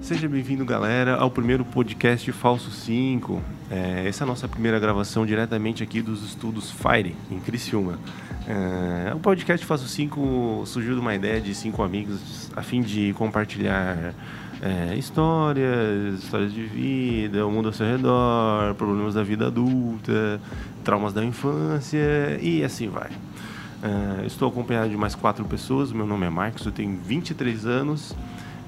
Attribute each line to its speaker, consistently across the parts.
Speaker 1: Seja bem-vindo, galera, ao primeiro podcast Falso 5. É, essa é a nossa primeira gravação diretamente aqui dos estudos Fire, em Criciúma. É, o podcast Falso 5 surgiu de uma ideia de cinco amigos a fim de compartilhar é, histórias, histórias de vida, o mundo ao seu redor, problemas da vida adulta, traumas da infância e assim vai. É, estou acompanhado de mais quatro pessoas. Meu nome é Marcos, eu tenho 23 anos.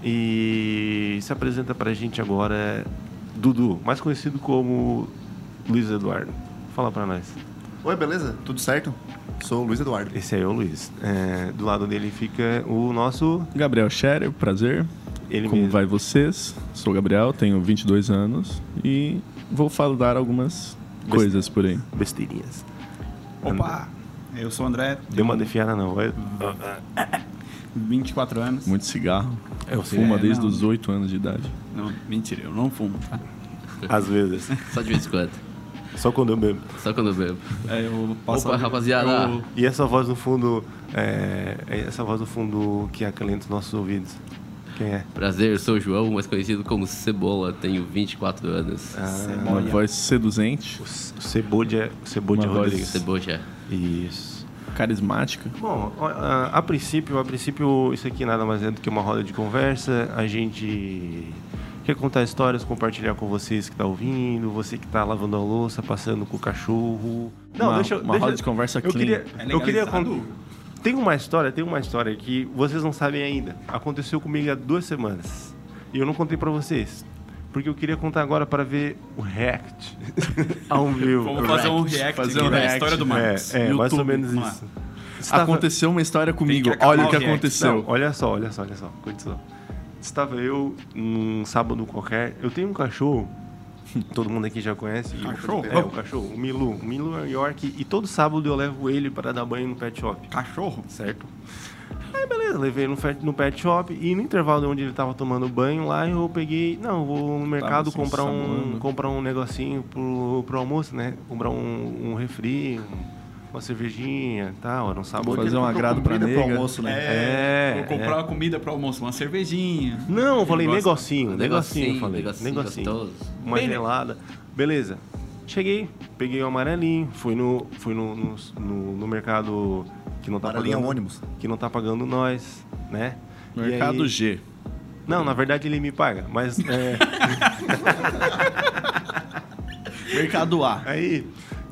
Speaker 1: E se apresenta pra gente agora Dudu, mais conhecido como Luiz Eduardo. Fala pra nós.
Speaker 2: Oi, beleza? Tudo certo? Sou o Luiz Eduardo.
Speaker 1: Esse aí é o Luiz. É, do lado dele fica o nosso.
Speaker 3: Gabriel Scherer, prazer.
Speaker 1: Ele
Speaker 3: Como
Speaker 1: mesmo.
Speaker 3: vai vocês? Sou o Gabriel, tenho 22 anos e vou falar algumas coisas por aí.
Speaker 1: Besteirinhas.
Speaker 4: Opa! Eu sou o André,
Speaker 1: Deu uma defiada não, vai.
Speaker 4: 24 anos.
Speaker 3: Muito cigarro.
Speaker 1: Eu
Speaker 3: Fuma
Speaker 4: é,
Speaker 3: desde
Speaker 4: não.
Speaker 3: os 8 anos de idade.
Speaker 4: Não, mentira, eu não fumo. tá?
Speaker 1: Às vezes.
Speaker 5: Só de vez em quando.
Speaker 1: Só quando eu bebo.
Speaker 5: Só quando eu bebo.
Speaker 4: É, eu passo
Speaker 5: Opa, rapaziada.
Speaker 4: Eu,
Speaker 1: E essa voz no fundo. É, essa voz no fundo que acalenta os nossos ouvidos. Quem é?
Speaker 5: Prazer, eu sou o João, mais conhecido como Cebola, tenho 24 anos.
Speaker 1: Ah,
Speaker 3: Uma voz seduzente,
Speaker 1: O Ce- o Cebodia, o Cebodia
Speaker 3: Uma voz
Speaker 1: Rodrigues.
Speaker 5: Ceboja.
Speaker 1: Isso.
Speaker 3: carismática.
Speaker 1: Bom, ó, a, a princípio, a princípio, isso aqui nada mais é do que uma roda de conversa. A gente quer contar histórias, compartilhar com vocês que tá ouvindo, você que tá lavando a louça, passando com o cachorro.
Speaker 3: Uma- uma roda de conversa
Speaker 1: eu
Speaker 3: clean.
Speaker 1: Queria,
Speaker 4: É
Speaker 1: eu queria
Speaker 4: legalizado?
Speaker 1: con- Tem uma história, tem uma história que vocês não sabem ainda. Aconteceu comigo há duas semanas. E eu não contei pra vocês. Porque eu queria contar agora para ver o react ao vivo.
Speaker 4: vamos fazer um react
Speaker 3: Fazer
Speaker 4: aqui
Speaker 3: um
Speaker 4: da
Speaker 3: react.
Speaker 4: história do Marcos.
Speaker 1: É, é mais ou
Speaker 4: YouTube,
Speaker 1: menos
Speaker 4: vamos lá.
Speaker 1: isso. Estava-
Speaker 3: Aconteceu uma história comigo,
Speaker 4: acabar
Speaker 3: olha o
Speaker 4: o
Speaker 3: que
Speaker 4: react.
Speaker 3: aconteceu.
Speaker 1: Não, olha só, olha só, olha só. Condição. Estava eu num sábado qualquer. Eu tenho um cachorro. Todo mundo aqui já conhece.
Speaker 4: Cachorro?
Speaker 1: É, o cachorro. O Milu. O Milu é York. E todo sábado eu levo ele para dar banho no pet shop.
Speaker 4: Cachorro?
Speaker 1: Certo? Aí beleza, levei ele no pet, no pet shop e no intervalo de onde ele tava tomando banho lá eu peguei, não, eu vou no mercado
Speaker 3: se
Speaker 1: comprar um,
Speaker 3: ensaboando.
Speaker 1: comprar um negocinho pro, pro almoço, né? Comprar um, um refri, um- uma cervejinha e tal, era um sábado.
Speaker 3: Fazer um agrado pra
Speaker 2: Comida pro
Speaker 3: nega.
Speaker 2: almoço, né?
Speaker 1: É,
Speaker 4: Vou comprar uma comida para almoço, uma cervejinha.
Speaker 1: Não, eu falei
Speaker 4: Ele gosta.
Speaker 1: negocinho, negocinho, eu falei.
Speaker 5: negocinho
Speaker 1: Negocinho.
Speaker 5: gostoso.
Speaker 1: Uma gelada. Beleza. Cheguei, peguei o amarelinho, fui no, fui no, no, no- no mercado que não tá
Speaker 2: Amarelinho é
Speaker 1: pagando.
Speaker 2: um ônibus.
Speaker 1: Que não tá pagando nós, né? E
Speaker 3: Mercado
Speaker 1: aí-
Speaker 3: G.
Speaker 1: Não, na verdade ele me paga, mas. é,
Speaker 3: Mercado A.
Speaker 1: Aí,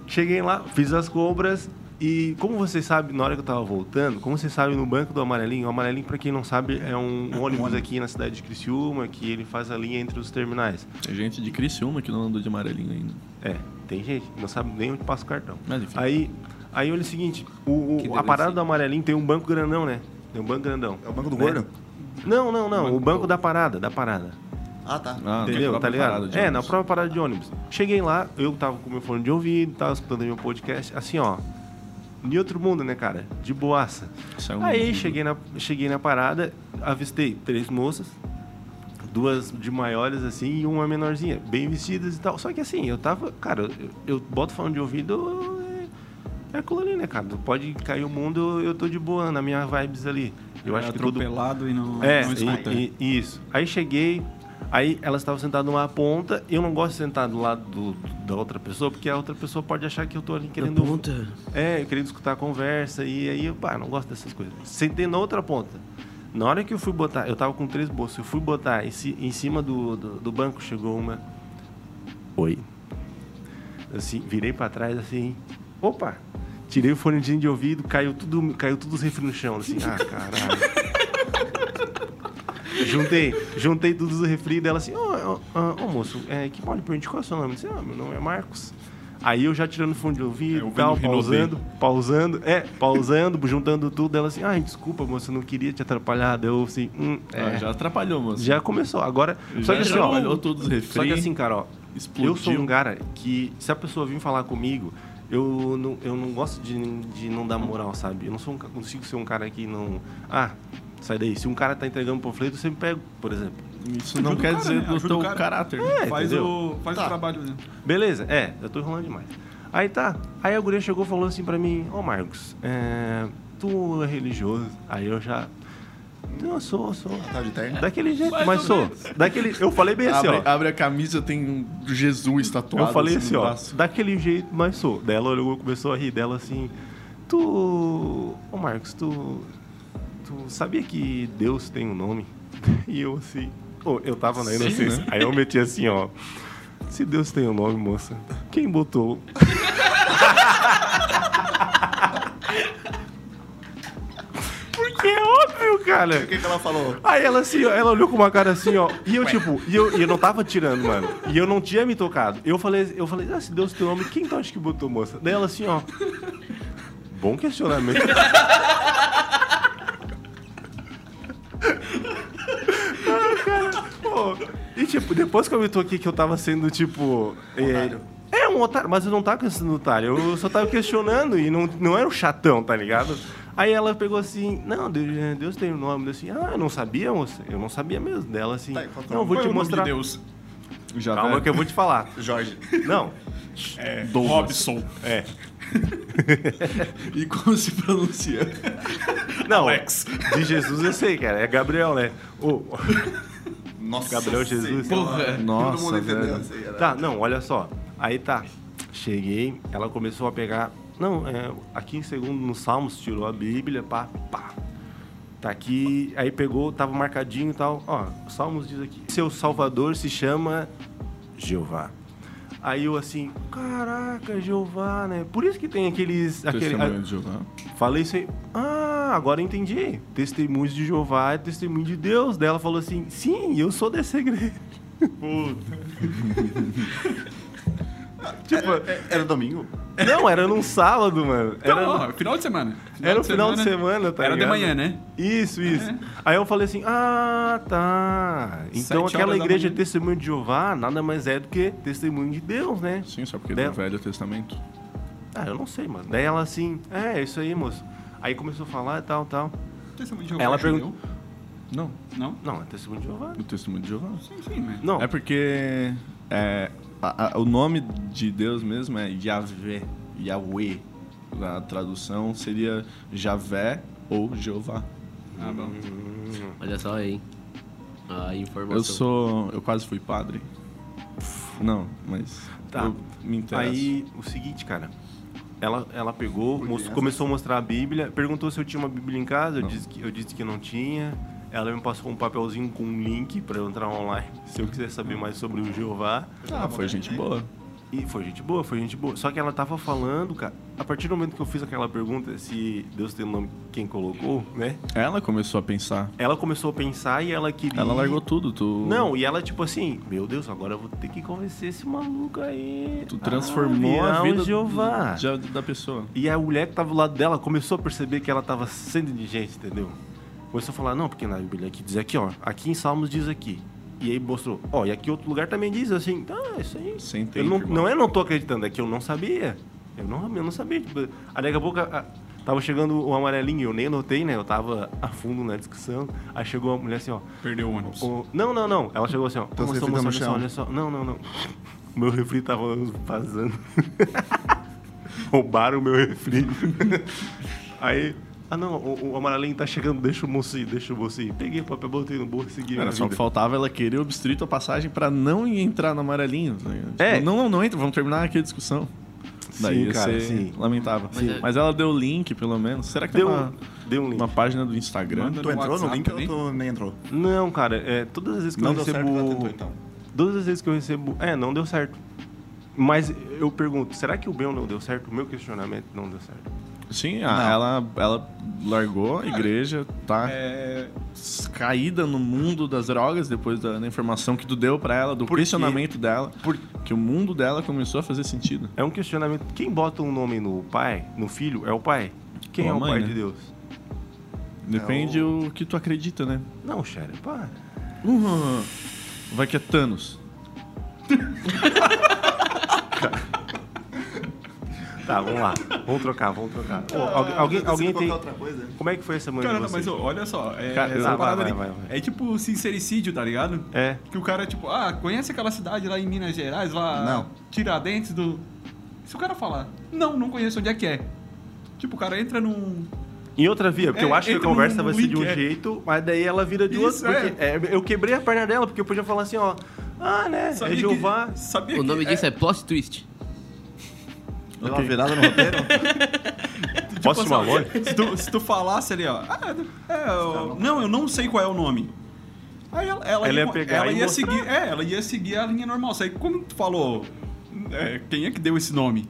Speaker 1: cheguei lá, fiz as compras e, como vocês sabem, na hora que eu tava voltando, como vocês sabem, no banco do Amarelinho, o Amarelinho, pra quem não sabe, é um ônibus aqui na cidade de Criciúma, que ele faz a linha entre os terminais.
Speaker 3: Tem É gente de Criciúma que não andou de amarelinho ainda.
Speaker 1: É, tem gente, que não sabe nem onde passa o cartão.
Speaker 3: Mas enfim.
Speaker 1: Aí, aí olha o seguinte, o- o-
Speaker 5: Que
Speaker 1: a parada
Speaker 5: delicinha.
Speaker 1: do Amarelinho tem um banco grandão, né? Tem um banco grandão.
Speaker 2: É o Banco do
Speaker 1: né?
Speaker 2: Gordo?
Speaker 1: Não, não, não, o banco da parada, da parada.
Speaker 2: Ah, tá.
Speaker 3: Ah, na
Speaker 1: Entendeu?
Speaker 3: própria
Speaker 1: Tá
Speaker 3: parada
Speaker 1: ligado?
Speaker 3: de
Speaker 1: É, na
Speaker 3: ônibus.
Speaker 1: própria parada de ônibus. Cheguei lá, eu tava com meu fone de ouvido, tava escutando meu podcast, assim, ó. Em outro mundo, né, cara? De boaça.
Speaker 3: Saiu um
Speaker 1: Aí
Speaker 3: vídeo.
Speaker 1: cheguei na, cheguei na parada, avistei três moças, duas de maiores, assim, e uma menorzinha, bem vestidas e tal. Só que assim, eu tava, cara, eu, eu boto fone de ouvido. É, é aquilo ali, né, cara? Pode cair o mundo, eu tô de boa na minha vibes ali.
Speaker 3: É
Speaker 1: Eu acho que tudo
Speaker 4: atropelado e não,
Speaker 1: é,
Speaker 4: não escuta.
Speaker 1: e- e- isso. Aí cheguei, aí elas estavam sentadas numa ponta. Eu não gosto de sentar do lado do- da outra pessoa, porque a outra pessoa pode achar que eu tô ali querendo.
Speaker 5: ponta.
Speaker 1: É, eu querendo escutar a conversa. E aí eu, pá, não gosto dessas coisas. Sentei na outra ponta. Na hora que eu fui botar, eu tava com três bolsas, eu fui botar em, ci- em cima do, do, do banco, chegou uma. Oi. Assim, virei pra trás assim. Opa! Tirei o fonezinho de ouvido, caiu tudo, caiu tudo os refri no chão. Assim, ah, caralho. Juntei, juntei tudo do refri dela assim, ô ô, ô, ô, moço, é, que pode perguntar qual é o seu nome? Eu disse, ah, meu nome é Marcos. Aí eu já tirando o fundo de
Speaker 4: É,
Speaker 1: ouvido,
Speaker 4: ouvindo
Speaker 1: tal,
Speaker 4: o Rinodê.
Speaker 1: pausando, pausando, é, pausando, juntando tudo, ela assim, ai, desculpa, moço, eu não queria te atrapalhar. Daí Eu assim, hum, é,
Speaker 3: Ah, já atrapalhou, moço.
Speaker 1: já começou. Agora, só que assim, ó,
Speaker 3: atrapalhou todos os refri.
Speaker 1: só que assim, cara, ó,
Speaker 3: Explodiu.
Speaker 1: eu sou um cara que se a pessoa vir falar comigo, eu não, eu não gosto de, de não dar moral, sabe? Eu não sou um, ca- consigo ser um cara que não. Ah, sai daí. Se um cara tá entregando um panfleto, eu sempre pego, por exemplo.
Speaker 3: Isso não
Speaker 4: Ajuda o
Speaker 3: quer
Speaker 4: cara,
Speaker 3: dizer
Speaker 4: né?
Speaker 3: do
Speaker 4: Ajuda o
Speaker 3: teu
Speaker 4: cara.
Speaker 3: caráter.
Speaker 1: É,
Speaker 4: faz
Speaker 1: entendeu?
Speaker 4: o, faz o
Speaker 2: Tá.
Speaker 4: trabalho. né?
Speaker 1: Beleza, é, eu tô enrolando demais. Aí tá, aí a guria chegou e falou assim pra mim, ô Marcos, é, tu é religioso? Aí eu já. Não, sou, sou.
Speaker 2: Tá de terno?
Speaker 1: Daquele jeito,
Speaker 4: Mais
Speaker 1: mas
Speaker 4: ou
Speaker 1: sou.
Speaker 4: menos.
Speaker 1: Daquele, eu falei bem assim,
Speaker 3: abre,
Speaker 1: ó.
Speaker 3: abre a camisa, tem um Jesus tatuado.
Speaker 1: Eu falei
Speaker 3: assim,
Speaker 1: assim,
Speaker 3: no
Speaker 1: ó,
Speaker 3: braço.
Speaker 1: daquele jeito, mas sou. Daí ela olhou, começou a rir dela assim. Tu. Ô Marcos, tu. Tu sabia que Deus tem um nome? E eu assim. Pô, eu tava na
Speaker 3: Sim,
Speaker 1: inocência.
Speaker 3: né?
Speaker 1: Aí eu meti assim, ó. Se Deus tem um nome, moça, quem botou? Porque é óbvio, cara.
Speaker 2: O que, que ela falou?
Speaker 1: Aí ela assim, ó, ela olhou com uma cara assim, ó. E eu, tipo, e eu, e eu não tava tirando, mano. E eu não tinha me tocado. Eu falei, eu falei, ah, se Deus tem nome, quem tu acha que botou, moça? Daí ela assim, ó. Bom questionamento. Ah, cara, pô. E tipo, depois que eu me toquei que eu tava sendo, tipo.
Speaker 2: Otário.
Speaker 1: É, é um otário, mas eu não tava sendo otário, eu só tava questionando e não, não era o chatão, tá ligado? Aí ela pegou assim, não, Deus, é, Deus tem o nome, eu assim, ah, eu não sabia, moça, eu não sabia mesmo dela, assim,
Speaker 2: Tá, e qual que é o
Speaker 1: não, eu vou
Speaker 4: Qual é
Speaker 1: te
Speaker 4: o nome de
Speaker 1: mostrar,
Speaker 4: Deus.
Speaker 3: Já
Speaker 1: calma
Speaker 3: vai.
Speaker 1: que eu vou te falar,
Speaker 2: Jorge.
Speaker 1: não,
Speaker 4: É,
Speaker 3: Douglas.
Speaker 4: Robson.
Speaker 1: é,
Speaker 3: E como se pronuncia?
Speaker 1: não,
Speaker 4: Alex.
Speaker 1: de Jesus eu sei, cara, é Gabriel, né, Ô,
Speaker 2: Nossa.
Speaker 1: Gabriel Jesus.
Speaker 5: Porra.
Speaker 2: Todo mundo
Speaker 3: Nossa,
Speaker 2: entendeu.
Speaker 3: velho.
Speaker 2: isso aí, né? era-
Speaker 1: Tá, não, olha só. Aí tá. Cheguei, ela começou a pegar. Não, é, aqui em segundo no Salmos tirou a Bíblia, pá, pá. Tá aqui, aí pegou, tava marcadinho e tal. Ó, Salmos diz aqui: Seu Salvador se chama Jeová. Aí eu assim, caraca, Jeová, né? Por isso que tem aqueles. aquele-
Speaker 3: É Testemunho de Jeová.
Speaker 1: Falei isso aí. Ah, agora eu entendi. Testemunhos de Jeová é testemunho de Deus. Daí ela falou assim: sim, eu sou dessa igreja. tipo,
Speaker 2: É- Era domingo?
Speaker 1: não, era num sábado, mano.
Speaker 4: Então,
Speaker 1: Era,
Speaker 4: ó, final de semana. né?
Speaker 1: era no final de semana, tá
Speaker 4: Era
Speaker 1: ligado?
Speaker 4: de manhã, né?
Speaker 1: Isso, isso.
Speaker 4: É.
Speaker 1: Aí eu falei assim: ah, tá. Então
Speaker 4: Sete
Speaker 1: aquela
Speaker 4: horas da
Speaker 1: igreja
Speaker 4: manhã.
Speaker 1: testemunho de Jeová nada mais é do que testemunho de Deus, né?
Speaker 3: Sim, só porque é
Speaker 1: Dela.
Speaker 3: do Velho Testamento.
Speaker 1: Ah, eu não sei, mano. Daí ela assim: é, é isso aí, moço. Aí começou a falar e tal, tal.
Speaker 4: Testemunho de
Speaker 1: Ela
Speaker 4: Jeová, judeu?
Speaker 3: Não,
Speaker 4: Não?
Speaker 1: Não, é testemunho de Jeová.
Speaker 3: do Testemunho de Jeová.
Speaker 4: Sim, sim, mas...
Speaker 1: Não,
Speaker 3: É porque é, a- a- o nome de Deus mesmo é Yahvé, Yahweh. A tradução seria Javé ou Jeová.
Speaker 4: Ah, bom.
Speaker 5: Olha só, hein? A informação.
Speaker 3: Eu sou. Eu quase fui padre. Não, mas.
Speaker 1: Tá.
Speaker 3: Eu me interesso.
Speaker 1: Aí, o seguinte, cara. Ela, ela pegou,
Speaker 2: Por
Speaker 1: mos-
Speaker 2: criança.
Speaker 1: começou a mostrar a Bíblia, perguntou se eu tinha uma Bíblia em casa, eu
Speaker 3: Não.
Speaker 1: disse, que, eu disse que não tinha. Ela me passou um papelzinho com um link pra eu entrar online, se eu quiser saber mais sobre o Jeová.
Speaker 3: Ah, foi gente boa.
Speaker 1: E foi gente boa, foi gente boa. Só que ela tava falando, cara, a partir do momento que eu fiz aquela pergunta, se Deus tem o nome quem colocou, né?
Speaker 3: Ela começou a pensar.
Speaker 1: Ela começou a pensar e ela queria...
Speaker 3: Ela largou tudo, tu.
Speaker 1: Não, e ela tipo assim, meu Deus, agora eu vou ter que convencer esse maluco aí.
Speaker 3: Tu transformou
Speaker 1: Ah, virar
Speaker 3: a
Speaker 1: um
Speaker 3: vida
Speaker 1: Jeová.
Speaker 3: de- de- da pessoa.
Speaker 1: E a mulher que tava do lado dela começou a perceber que ela tava sendo indigente, entendeu? Começou a falar, não, porque na Bíblia aqui diz aqui, ó. Aqui em Salmos diz aqui. E aí mostrou, ó, e aqui outro lugar também diz assim, tá, é isso aí.
Speaker 3: Sem
Speaker 1: eu
Speaker 3: tempo,
Speaker 1: não,
Speaker 3: irmão.
Speaker 1: não é não tô acreditando, é que eu não sabia. Eu não, eu não sabia. Tipo, aí daqui a pouco a- a- tava chegando o amarelinho, eu nem notei, né? Eu tava a fundo na discussão. Aí chegou a mulher assim, ó.
Speaker 4: Perdeu o ônibus.
Speaker 1: Ô, não, não, não. Ela chegou assim, ó.
Speaker 2: Então
Speaker 1: "Ô,
Speaker 2: você
Speaker 1: moça,
Speaker 2: fica
Speaker 1: moça,
Speaker 2: no
Speaker 1: olha só,
Speaker 2: chão.
Speaker 1: olha só. Não, não, não. Meu refri tava vazando. Roubaram o meu refri. Aí. Ah não, o, o amarelinho tá chegando, deixa o moço ir, deixa o moço ir. Peguei o papel, botei no bolso e segui. Assim,
Speaker 3: Era
Speaker 1: minha
Speaker 3: só que
Speaker 1: vida.
Speaker 3: faltava ela querer obstrito a passagem pra não entrar no amarelinho. né? Tipo,
Speaker 1: É.
Speaker 3: Não, não, não entra, vamos terminar aqui a discussão.
Speaker 1: Sim,
Speaker 3: Daí ia
Speaker 1: cara,
Speaker 3: ser
Speaker 1: sim.
Speaker 3: lamentável.
Speaker 5: Mas é-
Speaker 3: Mas ela deu o link, pelo menos. Será que
Speaker 1: Deu,
Speaker 3: tem uma,
Speaker 1: deu um link.
Speaker 3: uma página do Instagram?
Speaker 4: Manda
Speaker 2: Tu entrou no
Speaker 4: WhatsApp
Speaker 2: link ou
Speaker 4: ali?
Speaker 2: tu nem entrou?
Speaker 1: Não, cara, é, todas as vezes que
Speaker 2: Não
Speaker 1: eu
Speaker 2: deu
Speaker 1: recebo.
Speaker 2: certo, ela tentou então.
Speaker 1: Todas as vezes que eu recebo. É, não deu certo. Mas eu pergunto, será que o meu não deu certo? O meu questionamento não deu certo.
Speaker 3: Sim, a- ela, ela largou
Speaker 1: É.
Speaker 3: a igreja, tá
Speaker 4: É,
Speaker 3: caída no mundo das drogas depois da, da informação que tu deu pra ela, do questionamento dela. Que o mundo dela começou a fazer sentido.
Speaker 1: É um questionamento. Quem bota um nome no pai, no filho, é o pai. Quem
Speaker 3: Ou
Speaker 1: é
Speaker 3: a
Speaker 1: o
Speaker 3: mãe,
Speaker 1: pai
Speaker 3: né?
Speaker 1: de Deus? É
Speaker 3: Depende o que tu acredita, né?
Speaker 1: Não, Sherry, para.
Speaker 3: Uhum. Vai que é Thanos.
Speaker 1: Tá, vamos lá. Vamos trocar, vamos trocar. Ô, algu-
Speaker 4: Ah,
Speaker 1: alguém
Speaker 2: Aconteceu
Speaker 1: alguém
Speaker 2: qualquer
Speaker 1: tem.
Speaker 2: outra coisa?
Speaker 1: Como é que foi essa manhã?
Speaker 4: Cara,
Speaker 1: de
Speaker 4: não,
Speaker 1: vocês?
Speaker 4: mas ó, olha só, é,
Speaker 3: Cara,
Speaker 4: essa
Speaker 1: vai,
Speaker 4: parada
Speaker 1: vai,
Speaker 4: ali
Speaker 1: vai, vai.
Speaker 4: é tipo sincericídio, tá ligado?
Speaker 1: É.
Speaker 4: Que o cara, tipo, ah, conhece aquela cidade lá em Minas Gerais, lá
Speaker 2: Não.
Speaker 4: Tiradentes do... Se o cara falar, não, não conheço onde é que é. Tipo, o cara entra num...
Speaker 1: Em outra via, porque
Speaker 4: É,
Speaker 1: eu acho que a
Speaker 4: entra
Speaker 1: conversa
Speaker 4: num
Speaker 1: vai ser de um
Speaker 4: link, é.
Speaker 1: jeito, mas daí ela vira de outro.
Speaker 4: Isso, é.
Speaker 1: porque, é, eu quebrei a perna dela, porque eu podia falar assim, ó. Ah, né? é
Speaker 4: que-
Speaker 1: Jeová.
Speaker 4: sabia
Speaker 5: O nome
Speaker 4: que,
Speaker 5: disso é plot twist.
Speaker 2: Deu uma virada no roteiro.
Speaker 5: é
Speaker 1: Posso te
Speaker 4: Tipo assim,
Speaker 1: loja?
Speaker 4: Se tu, se tu falasse ali, ó. "Ah, é, eu- não, eu não sei qual é o nome. Aí ela, ela,
Speaker 1: Ela ia pegar
Speaker 4: ela
Speaker 1: e
Speaker 4: ia
Speaker 1: mostrar.
Speaker 4: seguir, é, ela ia seguir a linha normal. Só que como tu falou, é, quem é que deu esse nome?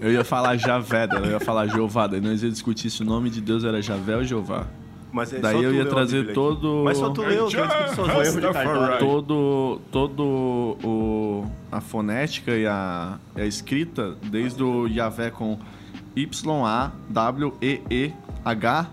Speaker 3: Eu ia falar Javé, daí eu ia falar Jeová, daí nós ia discutir se o nome de Deus era Javé ou Jeová.
Speaker 1: Mas é
Speaker 3: Daí
Speaker 1: só tu
Speaker 3: eu ia
Speaker 1: ler o
Speaker 3: trazer
Speaker 1: livro aqui.
Speaker 3: todo-
Speaker 1: Mas só tu leu, tu discutir sozinho.
Speaker 2: erro de
Speaker 1: então.
Speaker 2: cartório.
Speaker 3: Todo, todo o, a fonética e a, e a escrita, desde o Yavé com Y-A-W-E-E-H,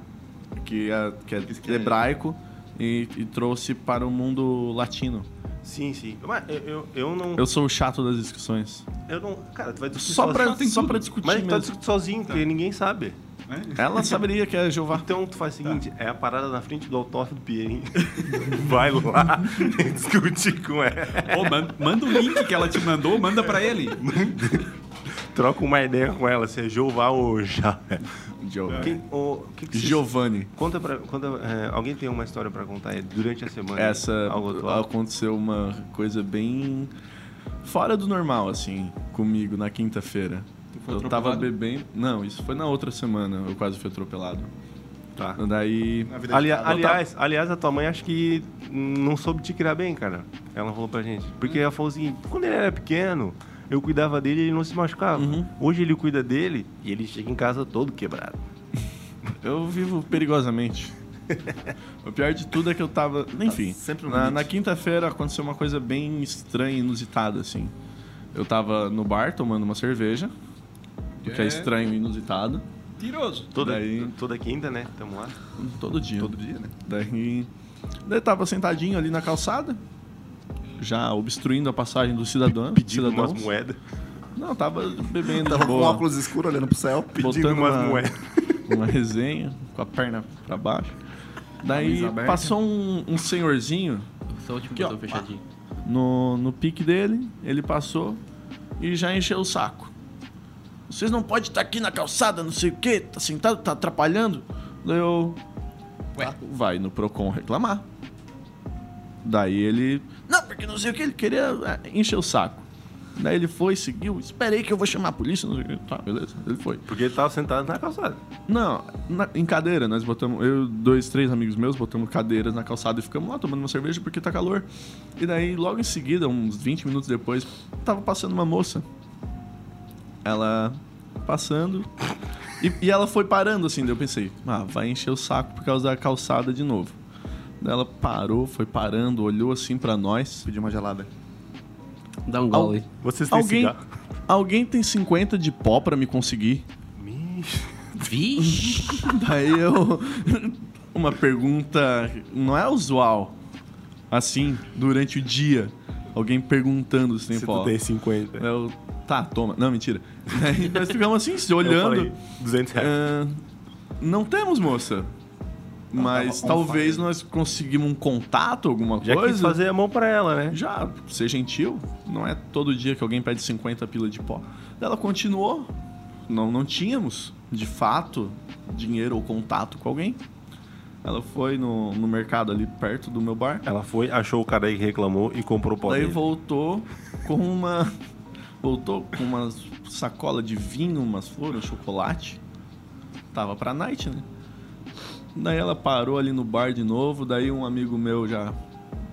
Speaker 3: que é, que é hebraico, e, e trouxe para o mundo latino.
Speaker 1: Sim, sim. Mas eu, eu, eu não.
Speaker 3: Eu sou o chato das discussões.
Speaker 1: Eu não. Cara, tu vai discutir
Speaker 3: Só
Speaker 1: sozinho.
Speaker 3: pra, só pra discutir
Speaker 1: Mas tu tá
Speaker 3: mesmo.
Speaker 1: discutindo sozinho, porque ninguém sabe.
Speaker 4: né?
Speaker 3: Ela saberia que é Jeová.
Speaker 1: Então tu faz o seguinte, é a parada na frente do autófilo do Pierre. Vai lá, discute com ela.
Speaker 4: Ô, man- manda o link que ela te mandou, manda pra ele.
Speaker 1: Troca uma ideia com ela, se é Jeová ou já.
Speaker 3: Jeová.
Speaker 1: Quem, o, que que vocês-
Speaker 3: Giovanni.
Speaker 1: Conta pra. Conta, é, alguém tem uma história pra contar aí durante a semana?
Speaker 3: essa
Speaker 1: Algo atual?
Speaker 3: aconteceu uma coisa bem fora do normal assim comigo na quinta-feira.
Speaker 4: foi
Speaker 3: Eu tava
Speaker 4: atropelado?
Speaker 3: bebendo, não, isso foi na outra semana, eu quase fui atropelado.
Speaker 1: Tá.
Speaker 3: Daí
Speaker 2: Na vida
Speaker 1: Ali-
Speaker 2: de cada um.
Speaker 1: aliás, aliás, a tua mãe acho que não soube te criar bem, cara. Ela falou pra gente. Porque ela falou o seguinte: quando ele era pequeno, eu cuidava dele e ele não se machucava. Hoje ele cuida dele e ele chega em casa todo quebrado.
Speaker 3: eu vivo perigosamente. o pior de tudo é que eu tava, enfim,
Speaker 2: sempre no
Speaker 3: na,
Speaker 2: limite.
Speaker 3: na quinta-feira aconteceu uma coisa bem estranha e inusitada assim. Eu tava no bar tomando uma cerveja, o que é
Speaker 4: É.
Speaker 3: estranho e inusitado.
Speaker 4: Tiroso.
Speaker 1: Toda,
Speaker 3: Daí-
Speaker 1: toda quinta, né? Tamo lá.
Speaker 3: Todo dia.
Speaker 2: Todo dia, né?
Speaker 3: Daí, daí tava sentadinho ali na calçada, já obstruindo a passagem do cidadão.
Speaker 1: Pedindo
Speaker 3: cidadãos.
Speaker 1: umas moedas.
Speaker 3: Não, tava bebendo
Speaker 2: Tava
Speaker 3: de
Speaker 2: com
Speaker 3: boa.
Speaker 2: óculos escuros olhando pro céu.
Speaker 1: Pedindo umas
Speaker 3: uma,
Speaker 1: moedas.
Speaker 3: uma resenha, com a perna pra baixo. Daí
Speaker 2: Camisa aberta.
Speaker 3: passou um, um senhorzinho
Speaker 5: Só o último
Speaker 3: Aqui, ó.
Speaker 5: botão fechadinho.
Speaker 3: no, no pique dele, ele passou e já encheu o saco. Vocês não podem estar aqui na calçada, não sei o quê, tá sentado, tá atrapalhando. Daí eu. "Ah,
Speaker 5: Ué.
Speaker 3: Vai no Procon reclamar. Daí ele. Não, porque não sei o que, ele queria é, encher o saco. Daí ele foi, seguiu, esperei que eu vou chamar a polícia, não sei o que. Tá, beleza, ele foi.
Speaker 1: Porque ele tava sentado na calçada.
Speaker 3: Não, na- em cadeira, nós botamos, eu, dois, três amigos meus, botamos cadeiras na calçada e ficamos lá tomando uma cerveja porque tá calor. E daí, logo em seguida, uns 20 minutos depois, tava passando uma moça. Ela passando. E, e ela foi parando assim, daí eu pensei, ah, vai encher o saco por causa da calçada de novo. Daí ela parou, foi parando, olhou assim pra nós.
Speaker 2: Pedi uma gelada.
Speaker 1: Ah.
Speaker 5: Dá um gole.
Speaker 1: Vocês têm
Speaker 3: Alguém,
Speaker 1: cigarro?
Speaker 3: alguém tem 50 de pó pra me conseguir?
Speaker 1: Mixe.
Speaker 5: Vixe!
Speaker 3: Daí eu. Uma pergunta não é usual. Assim, durante o dia. Alguém perguntando se tem
Speaker 1: Se tu
Speaker 3: pó.
Speaker 1: tem 50. Eu
Speaker 3: Eu. Tá, toma. Não, mentira. Daí nós ficamos assim, se olhando.
Speaker 1: falei, "É." 200 reais.
Speaker 3: Ah, não temos, moça. Mas
Speaker 1: tá
Speaker 2: tava on
Speaker 3: talvez nós conseguimos um contato, alguma
Speaker 1: Já
Speaker 3: coisa.
Speaker 1: quis fazer a mão pra ela, né?
Speaker 3: Já, ser gentil. Não é todo dia que alguém pede 50 pila de pó. Ela continuou. Não, não tínhamos, de fato, dinheiro ou contato com alguém. Ela foi no, no mercado ali perto do meu bar.
Speaker 1: Ela foi, achou o cara aí que reclamou e comprou o pó
Speaker 3: Daí
Speaker 1: dele.
Speaker 3: voltou com uma. Voltou com uma sacola de vinho, umas flores, um chocolate. Tava pra night, né? Daí ela parou ali no bar de novo. Daí um amigo meu já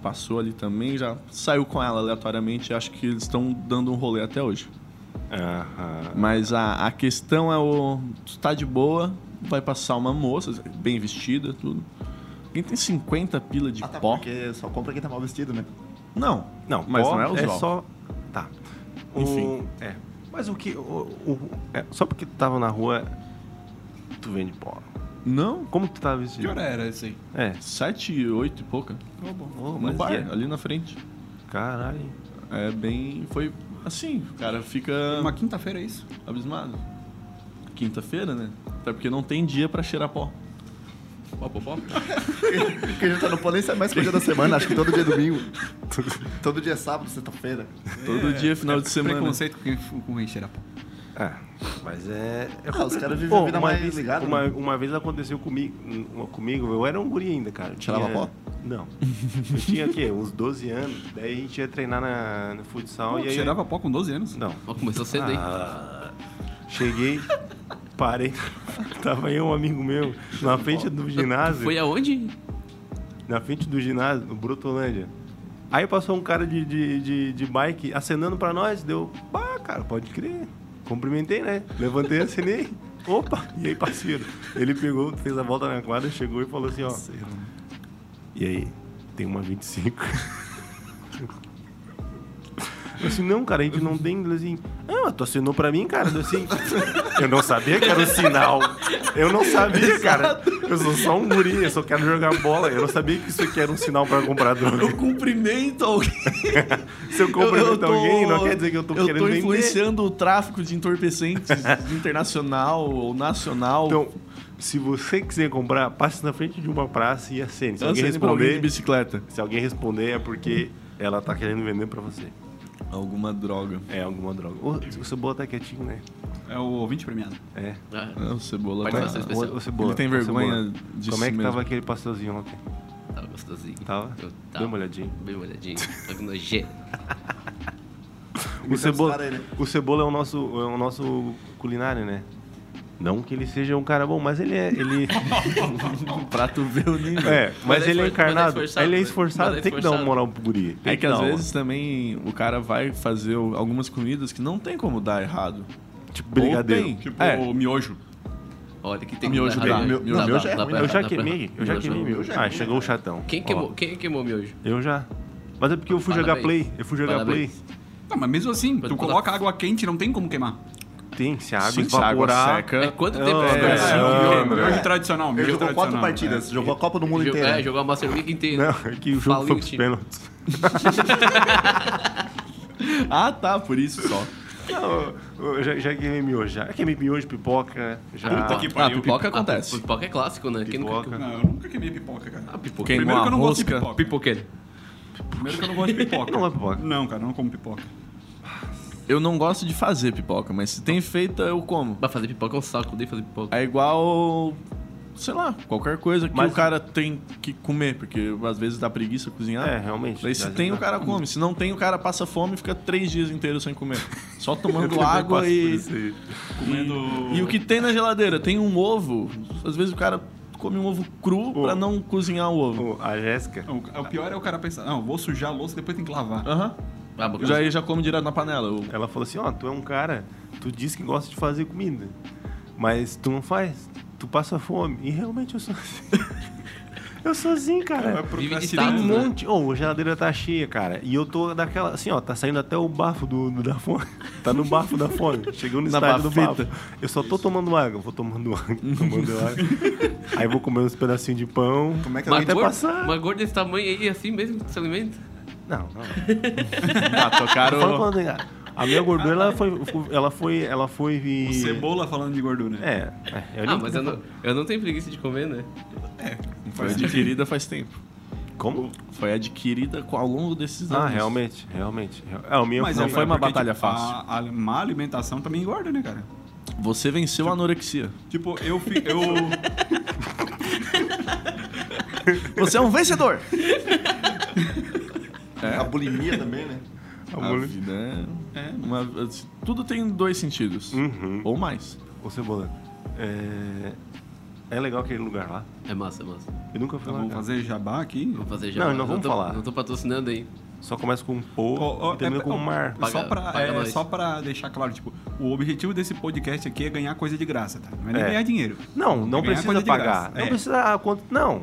Speaker 3: passou ali também, já saiu com ela aleatoriamente. Acho que eles estão dando um rolê até hoje.
Speaker 1: Aham.
Speaker 3: Mas a, a questão é o. Tu tá de boa, vai passar uma moça, bem vestida, tudo. Quem tem 50 pila de
Speaker 2: Até
Speaker 3: pó?
Speaker 2: Ah, tá, porque só compra quem tá mal vestido, né?
Speaker 3: Não.
Speaker 1: Não,
Speaker 3: mas
Speaker 1: pó
Speaker 3: não é usual.
Speaker 1: só. Tá. O-
Speaker 3: Enfim.
Speaker 1: É. Mas o que. o- o- é, só porque tu tava na rua, tu vende pó.
Speaker 3: Não,
Speaker 1: Como tu tava
Speaker 4: Que
Speaker 1: vestido?
Speaker 4: hora era esse aí?
Speaker 1: É.
Speaker 3: Sete, oito e pouca.
Speaker 4: Tá bom.
Speaker 1: Pô,
Speaker 3: no
Speaker 1: mas
Speaker 3: bar,
Speaker 1: e é-
Speaker 3: ali na frente.
Speaker 1: Caralho.
Speaker 3: É bem. Foi assim, o cara fica
Speaker 4: Uma quinta-feira é isso?
Speaker 3: abismado. Quinta-feira, né? Até porque não tem dia pra cheirar pó.
Speaker 5: Pó, pó, pó.
Speaker 2: Porque a gente tá no pó nem sabe mais que é dia da semana, acho que todo dia é domingo. todo dia é sábado, sexta-feira.
Speaker 3: Todo dia, final de semana.
Speaker 4: Preconceito com quem, com quem cheira pó.
Speaker 1: Ah, Mas é. é
Speaker 2: Ah, os caras vivem
Speaker 1: Pô,
Speaker 2: a vida
Speaker 1: uma
Speaker 2: mais
Speaker 1: vez,
Speaker 2: ligada,
Speaker 1: Uma,
Speaker 2: né?
Speaker 1: uma vez aconteceu comigo, uma- comigo, eu era um guri ainda, cara. Eu
Speaker 2: Tirava
Speaker 1: tinha-
Speaker 2: pó?
Speaker 1: Não. Eu tinha o quê? Uns 12 anos. Daí a gente ia treinar na, no futsal
Speaker 4: Pô,
Speaker 1: e aí.
Speaker 4: Cheirava pó com 12 anos.
Speaker 1: Não.
Speaker 5: Ó, começou cedo, hein?
Speaker 1: Ah, cheguei, parei. Tava eu, um amigo meu, na frente do ginásio.
Speaker 5: Foi aonde?
Speaker 1: na frente do ginásio, no Brutolândia. Aí passou um cara de, de, de, de bike acenando pra nós, deu, bah, cara, pode crer. Cumprimentei, né? Levantei, acenei. Opa! E aí, parceiro? Ele pegou, fez a volta na quadra, chegou e falou assim, ó. E aí, tem uma 25. Eu assim, não, cara, a gente não tem. Ele assim, ah, mas tu assinou pra mim, cara? Eu assim, eu não sabia que era o sinal. Eu não sabia, cara. Eu sou só um guri, eu só quero jogar bola. Eu não sabia que isso aqui era um sinal pra comprar droga.
Speaker 3: Eu cumprimento alguém.
Speaker 1: Se eu cumprimento
Speaker 3: tô-
Speaker 1: alguém, não quer dizer que eu tô
Speaker 3: eu
Speaker 1: querendo
Speaker 3: tô
Speaker 1: vender.
Speaker 3: influenciando o tráfico de entorpecentes internacional ou nacional.
Speaker 1: Então, se você quiser comprar, passe na frente de uma praça e acene. Se
Speaker 3: Eu
Speaker 1: alguém
Speaker 3: sei pra alguém de
Speaker 1: responder,
Speaker 3: bicicleta.
Speaker 1: se alguém responder é porque ela tá querendo vender pra você.
Speaker 3: Alguma droga.
Speaker 1: É alguma droga. Ô, O Cebola tá quietinho, né?
Speaker 4: É o ouvinte premiado.
Speaker 1: É.
Speaker 5: Ah,
Speaker 3: É, o Cebola tá...
Speaker 5: Participação especial.
Speaker 1: O, o Cebola.
Speaker 3: Ele tem
Speaker 1: o
Speaker 3: vergonha
Speaker 1: Cebola.
Speaker 3: de
Speaker 1: Como
Speaker 3: si
Speaker 1: é que
Speaker 3: mesmo.
Speaker 1: tava aquele pastelzinho ontem?
Speaker 5: tava tá gostosinho.
Speaker 1: Tava?
Speaker 5: Eu
Speaker 1: Tá.
Speaker 5: tá.
Speaker 1: Deu uma olhadinha.
Speaker 5: Bem Tá molhadinho. Tava nojento.
Speaker 3: tá
Speaker 1: O Cebola,
Speaker 2: caras aí, né?
Speaker 1: o Cebola é o nosso, é o nosso culinário, né? Não que ele seja um cara bom, mas ele é. Ele...
Speaker 3: Pra tu ver o nível.
Speaker 1: É,
Speaker 5: Mas
Speaker 1: mas
Speaker 5: é
Speaker 1: ele é
Speaker 5: esfor-
Speaker 1: encarnado.
Speaker 5: mas é esforçado,
Speaker 1: Ele é
Speaker 5: né?
Speaker 1: esforçado,
Speaker 5: Mas é
Speaker 1: tem que dar uma
Speaker 5: esforçado.
Speaker 1: moral pro guri. Tem
Speaker 3: É que
Speaker 1: dar um
Speaker 3: às
Speaker 1: uma.
Speaker 3: vezes também o cara vai fazer o- algumas comidas que não tem como dar errado.
Speaker 1: Tipo, brigadeiro.
Speaker 3: tem.
Speaker 4: Tipo
Speaker 3: É.
Speaker 4: o miojo.
Speaker 5: Olha, que tem
Speaker 3: Miojo
Speaker 5: que dar
Speaker 3: dá,
Speaker 5: errado.
Speaker 3: meu-
Speaker 5: Dá
Speaker 3: não,
Speaker 5: pra-
Speaker 2: miojo é
Speaker 5: dá
Speaker 2: ruim,
Speaker 5: pra-
Speaker 1: né? Eu já
Speaker 5: dá pra-
Speaker 1: queimei, eu já
Speaker 5: Miojo é
Speaker 1: queimei
Speaker 5: ruim.
Speaker 1: meu. Ah, chegou o chatão.
Speaker 5: Quem
Speaker 1: Ó,
Speaker 5: queimou, quem queimou miojo?
Speaker 1: Eu já. Mas é porque eu fui jogar
Speaker 5: Parabéns.
Speaker 1: play. Eu fui jogar
Speaker 5: Parabéns.
Speaker 1: play.
Speaker 4: Não, mas mesmo assim,
Speaker 5: Pra
Speaker 4: tu
Speaker 5: tu
Speaker 4: coloca água quente, não tem como queimar.
Speaker 1: Tem, se a água
Speaker 3: se a água
Speaker 1: evaporar.
Speaker 3: seca-
Speaker 5: É quanto
Speaker 1: Eu-
Speaker 5: tempo
Speaker 1: eu-
Speaker 5: essa
Speaker 1: É,
Speaker 4: Tradicional,
Speaker 1: não,
Speaker 4: miojo,
Speaker 1: não,
Speaker 4: miojo
Speaker 2: é.
Speaker 4: tradicional.
Speaker 2: Ele
Speaker 4: miojo
Speaker 2: jogou quatro
Speaker 4: tradicional.
Speaker 1: né?
Speaker 2: partidas, jogou a Copa do Mundo
Speaker 5: Jog-
Speaker 2: inteiro.
Speaker 5: É, jogou a Master League inteira.
Speaker 1: Não, é que o jogo
Speaker 5: Faliu
Speaker 1: foi
Speaker 5: o
Speaker 1: pros
Speaker 5: time.
Speaker 1: pênaltis.
Speaker 3: Ah, tá, por isso só.
Speaker 1: Não, eu já, já queimei miojo, já. Eu queimei miojo, pipoca, já.
Speaker 4: Puta que
Speaker 3: Ah,
Speaker 4: pariu.
Speaker 3: pipoca
Speaker 5: Ah,
Speaker 3: acontece.
Speaker 5: Pipoca é clássico, né? Quem nunca-
Speaker 1: Pipoca.
Speaker 4: Não, eu nunca queimei pipoca, cara.
Speaker 5: Ah, pipoca.
Speaker 3: Quem-
Speaker 4: Primeiro que eu não gosto de
Speaker 3: Rosca.
Speaker 4: pipoca.
Speaker 5: Pipoqueiro.
Speaker 4: Primeiro que eu não gosto de pipoca.
Speaker 1: Não é pipoca.
Speaker 4: Não, cara, eu não como pipoca.
Speaker 3: Eu não gosto de fazer pipoca, mas se tem feita, eu como.
Speaker 5: Vai fazer pipoca é um saco, odeio fazer pipoca.
Speaker 3: É igual, sei lá, qualquer coisa que
Speaker 1: Mas-
Speaker 3: o cara tem que comer, porque às vezes dá preguiça cozinhar.
Speaker 1: É, realmente.
Speaker 3: Daí se
Speaker 1: Às
Speaker 3: tem, o
Speaker 1: vezes
Speaker 3: cara come. Se não tem, o cara passa fome e fica três dias inteiros sem comer. Só
Speaker 1: Eu
Speaker 3: tomando
Speaker 1: também
Speaker 3: água
Speaker 1: passo por
Speaker 3: e,
Speaker 1: isso aí.
Speaker 4: Comendo.
Speaker 3: e o que tem na geladeira. Tem um ovo. Às vezes o cara come um ovo cru pra não cozinhar o ovo.
Speaker 1: Pô, a Jéssica.
Speaker 4: O, o pior é o cara pensar, não, eu vou sujar a louça depois tem que lavar.
Speaker 3: Aham.
Speaker 5: Ah, boca-
Speaker 3: Já, já come direto na panela. O-
Speaker 1: Ela falou assim, ó, tu é um cara, tu diz que gosta de fazer comida, mas tu não faz, tu passa fome. E realmente eu sou assim. eu sou assim, cara.
Speaker 5: Vive de
Speaker 1: Tem um
Speaker 5: status, né?
Speaker 1: monte. Ô, a geladeira tá cheia, cara. E eu tô daquela. Assim, ó, tá saindo até o bafo do, do- da fome. Tá no bafo da fome. Chegou no
Speaker 3: Na
Speaker 1: estádio do
Speaker 3: bafeta.
Speaker 1: bafo. Eu só tô tomando água. Vou tomando água, tomando água. Aí vou comer uns pedacinhos de pão.
Speaker 2: Como é que
Speaker 5: Uma
Speaker 2: ela
Speaker 1: até
Speaker 5: gorda,
Speaker 1: passar.
Speaker 5: uma gorda desse tamanho aí, assim mesmo, que se alimenta?
Speaker 1: Não, não.
Speaker 3: Ah, tocaram...
Speaker 1: Fala quando- é. A minha gordura, ela foi. Ela foi. Ela foi.
Speaker 4: O Cebola falando de gordura.
Speaker 1: É, é, é
Speaker 5: Ah, mas eu não, eu não tenho preguiça de comer, né?
Speaker 3: Foi adquirida faz tempo.
Speaker 1: Como?
Speaker 3: Foi adquirida co- ao longo desses anos.
Speaker 1: Ah, realmente, realmente. É, o meu
Speaker 4: Mas
Speaker 3: não
Speaker 4: é,
Speaker 3: foi uma
Speaker 4: porque,
Speaker 3: batalha
Speaker 4: tipo,
Speaker 3: fácil.
Speaker 4: A, a má alimentação também engorda, né, cara?
Speaker 3: Você venceu a anorexia.
Speaker 4: Tipo, eu fi- eu
Speaker 3: Você é um vencedor!
Speaker 2: A bulimia também, né?
Speaker 1: um
Speaker 3: A vida é... uma- Tudo tem dois sentidos.
Speaker 1: Uhum.
Speaker 3: Ou mais.
Speaker 1: Ô, Cebola, é... é legal aquele lugar lá.
Speaker 5: É massa, é massa.
Speaker 1: Eu nunca fui
Speaker 4: eu
Speaker 1: lá.
Speaker 4: Tá, vou
Speaker 1: cara.
Speaker 4: fazer jabá aqui.
Speaker 5: Vou fazer já.
Speaker 1: Não, não vamos
Speaker 5: tô,
Speaker 1: falar.
Speaker 5: Não tô patrocinando aí.
Speaker 1: Só começa com um pô
Speaker 4: Ó, ó,
Speaker 1: e termina
Speaker 4: é-
Speaker 1: com
Speaker 4: ó,
Speaker 1: um mar.
Speaker 5: Paga-
Speaker 4: só, pra,
Speaker 5: paga
Speaker 4: é,
Speaker 5: nós.
Speaker 4: só pra deixar claro, tipo, o objetivo desse podcast aqui é ganhar coisa de graça, tá? Não é nem
Speaker 1: É.
Speaker 4: ganhar dinheiro.
Speaker 1: Não, não
Speaker 4: Tem que ganhar
Speaker 1: precisa
Speaker 4: coisa de
Speaker 1: pagar.
Speaker 4: graça.
Speaker 1: Não
Speaker 4: É.
Speaker 1: precisa. ah, quanto. Não.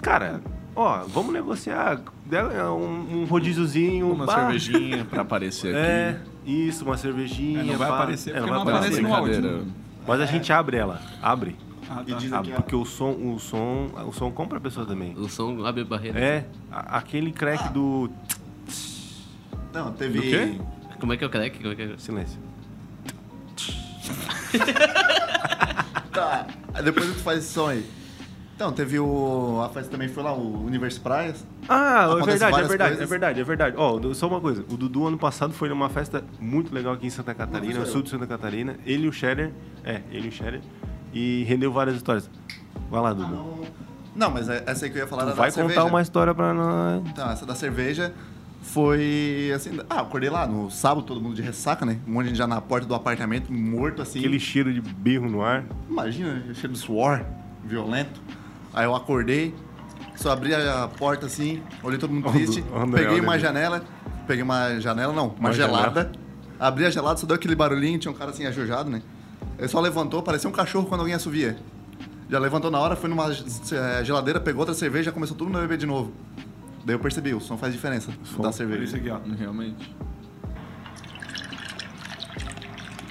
Speaker 1: Cara, ó, vamos negociar. Dá Um, um rodíziozinho.
Speaker 3: Uma
Speaker 1: bah,
Speaker 3: cervejinha pra aparecer aqui.
Speaker 1: É, isso, uma cervejinha.
Speaker 4: É, não vai
Speaker 1: pá.
Speaker 4: aparecer porque não
Speaker 3: Não,
Speaker 4: aparece no
Speaker 3: brincadeira.
Speaker 4: áudio.
Speaker 1: Mas a gente abre ela. Abre.
Speaker 4: Ah,
Speaker 2: E
Speaker 4: tá.
Speaker 2: diz-
Speaker 1: Abre, porque o som, o som, o som compra a pessoa também.
Speaker 5: O som abre a barreira.
Speaker 1: É, a- aquele crack do.
Speaker 2: Não, teve.
Speaker 3: Do quê?
Speaker 5: Como é que é o crack? Como é que é?
Speaker 1: Silêncio.
Speaker 2: Tá. Aí Depois tu faz esse som aí. Então, teve o. A festa também foi lá, o Universo Praias.
Speaker 1: Ah, é
Speaker 2: Acontece
Speaker 1: verdade, é
Speaker 2: várias
Speaker 1: verdade, é
Speaker 2: coisas.
Speaker 1: verdade, é verdade. Ó, só uma coisa. O Dudu ano passado foi numa festa muito legal aqui em Santa Catarina, no sul de Santa Catarina. Ele e o Scherer, é, ele e o Scherer, e rendeu várias histórias. Vai lá, Dudu.
Speaker 2: Então, Não, mas é- essa aí que eu ia falar
Speaker 1: Tu
Speaker 2: era da
Speaker 1: vai contar
Speaker 2: cerveja.
Speaker 1: uma história pra nós.
Speaker 2: Então, essa da cerveja foi assim. Ah, acordei lá no sábado, todo mundo de ressaca, né? Um monte de gente já na porta do apartamento, morto assim.
Speaker 1: Aquele cheiro de birro no ar.
Speaker 2: Imagina, cheio de suor, violento. Aí eu acordei, só abri a porta assim, olhei todo mundo
Speaker 1: Olha o
Speaker 2: triste,
Speaker 1: André,
Speaker 2: peguei
Speaker 1: olha
Speaker 2: uma
Speaker 1: ali.
Speaker 2: janela, peguei uma janela, não, uma,
Speaker 1: Uma
Speaker 2: gelada.
Speaker 1: janela.
Speaker 2: Abri a gelada, só deu aquele barulhinho, tinha um cara assim ajujado, né? Ele só levantou, parecia um cachorro quando alguém assovia. Já levantou na hora, foi numa eh, geladeira, pegou outra cerveja, começou tudo a beber de novo. Daí eu percebi, o som faz diferença da
Speaker 4: Olha isso
Speaker 2: cerveja.
Speaker 4: aqui, ó.
Speaker 3: Ah, Realmente.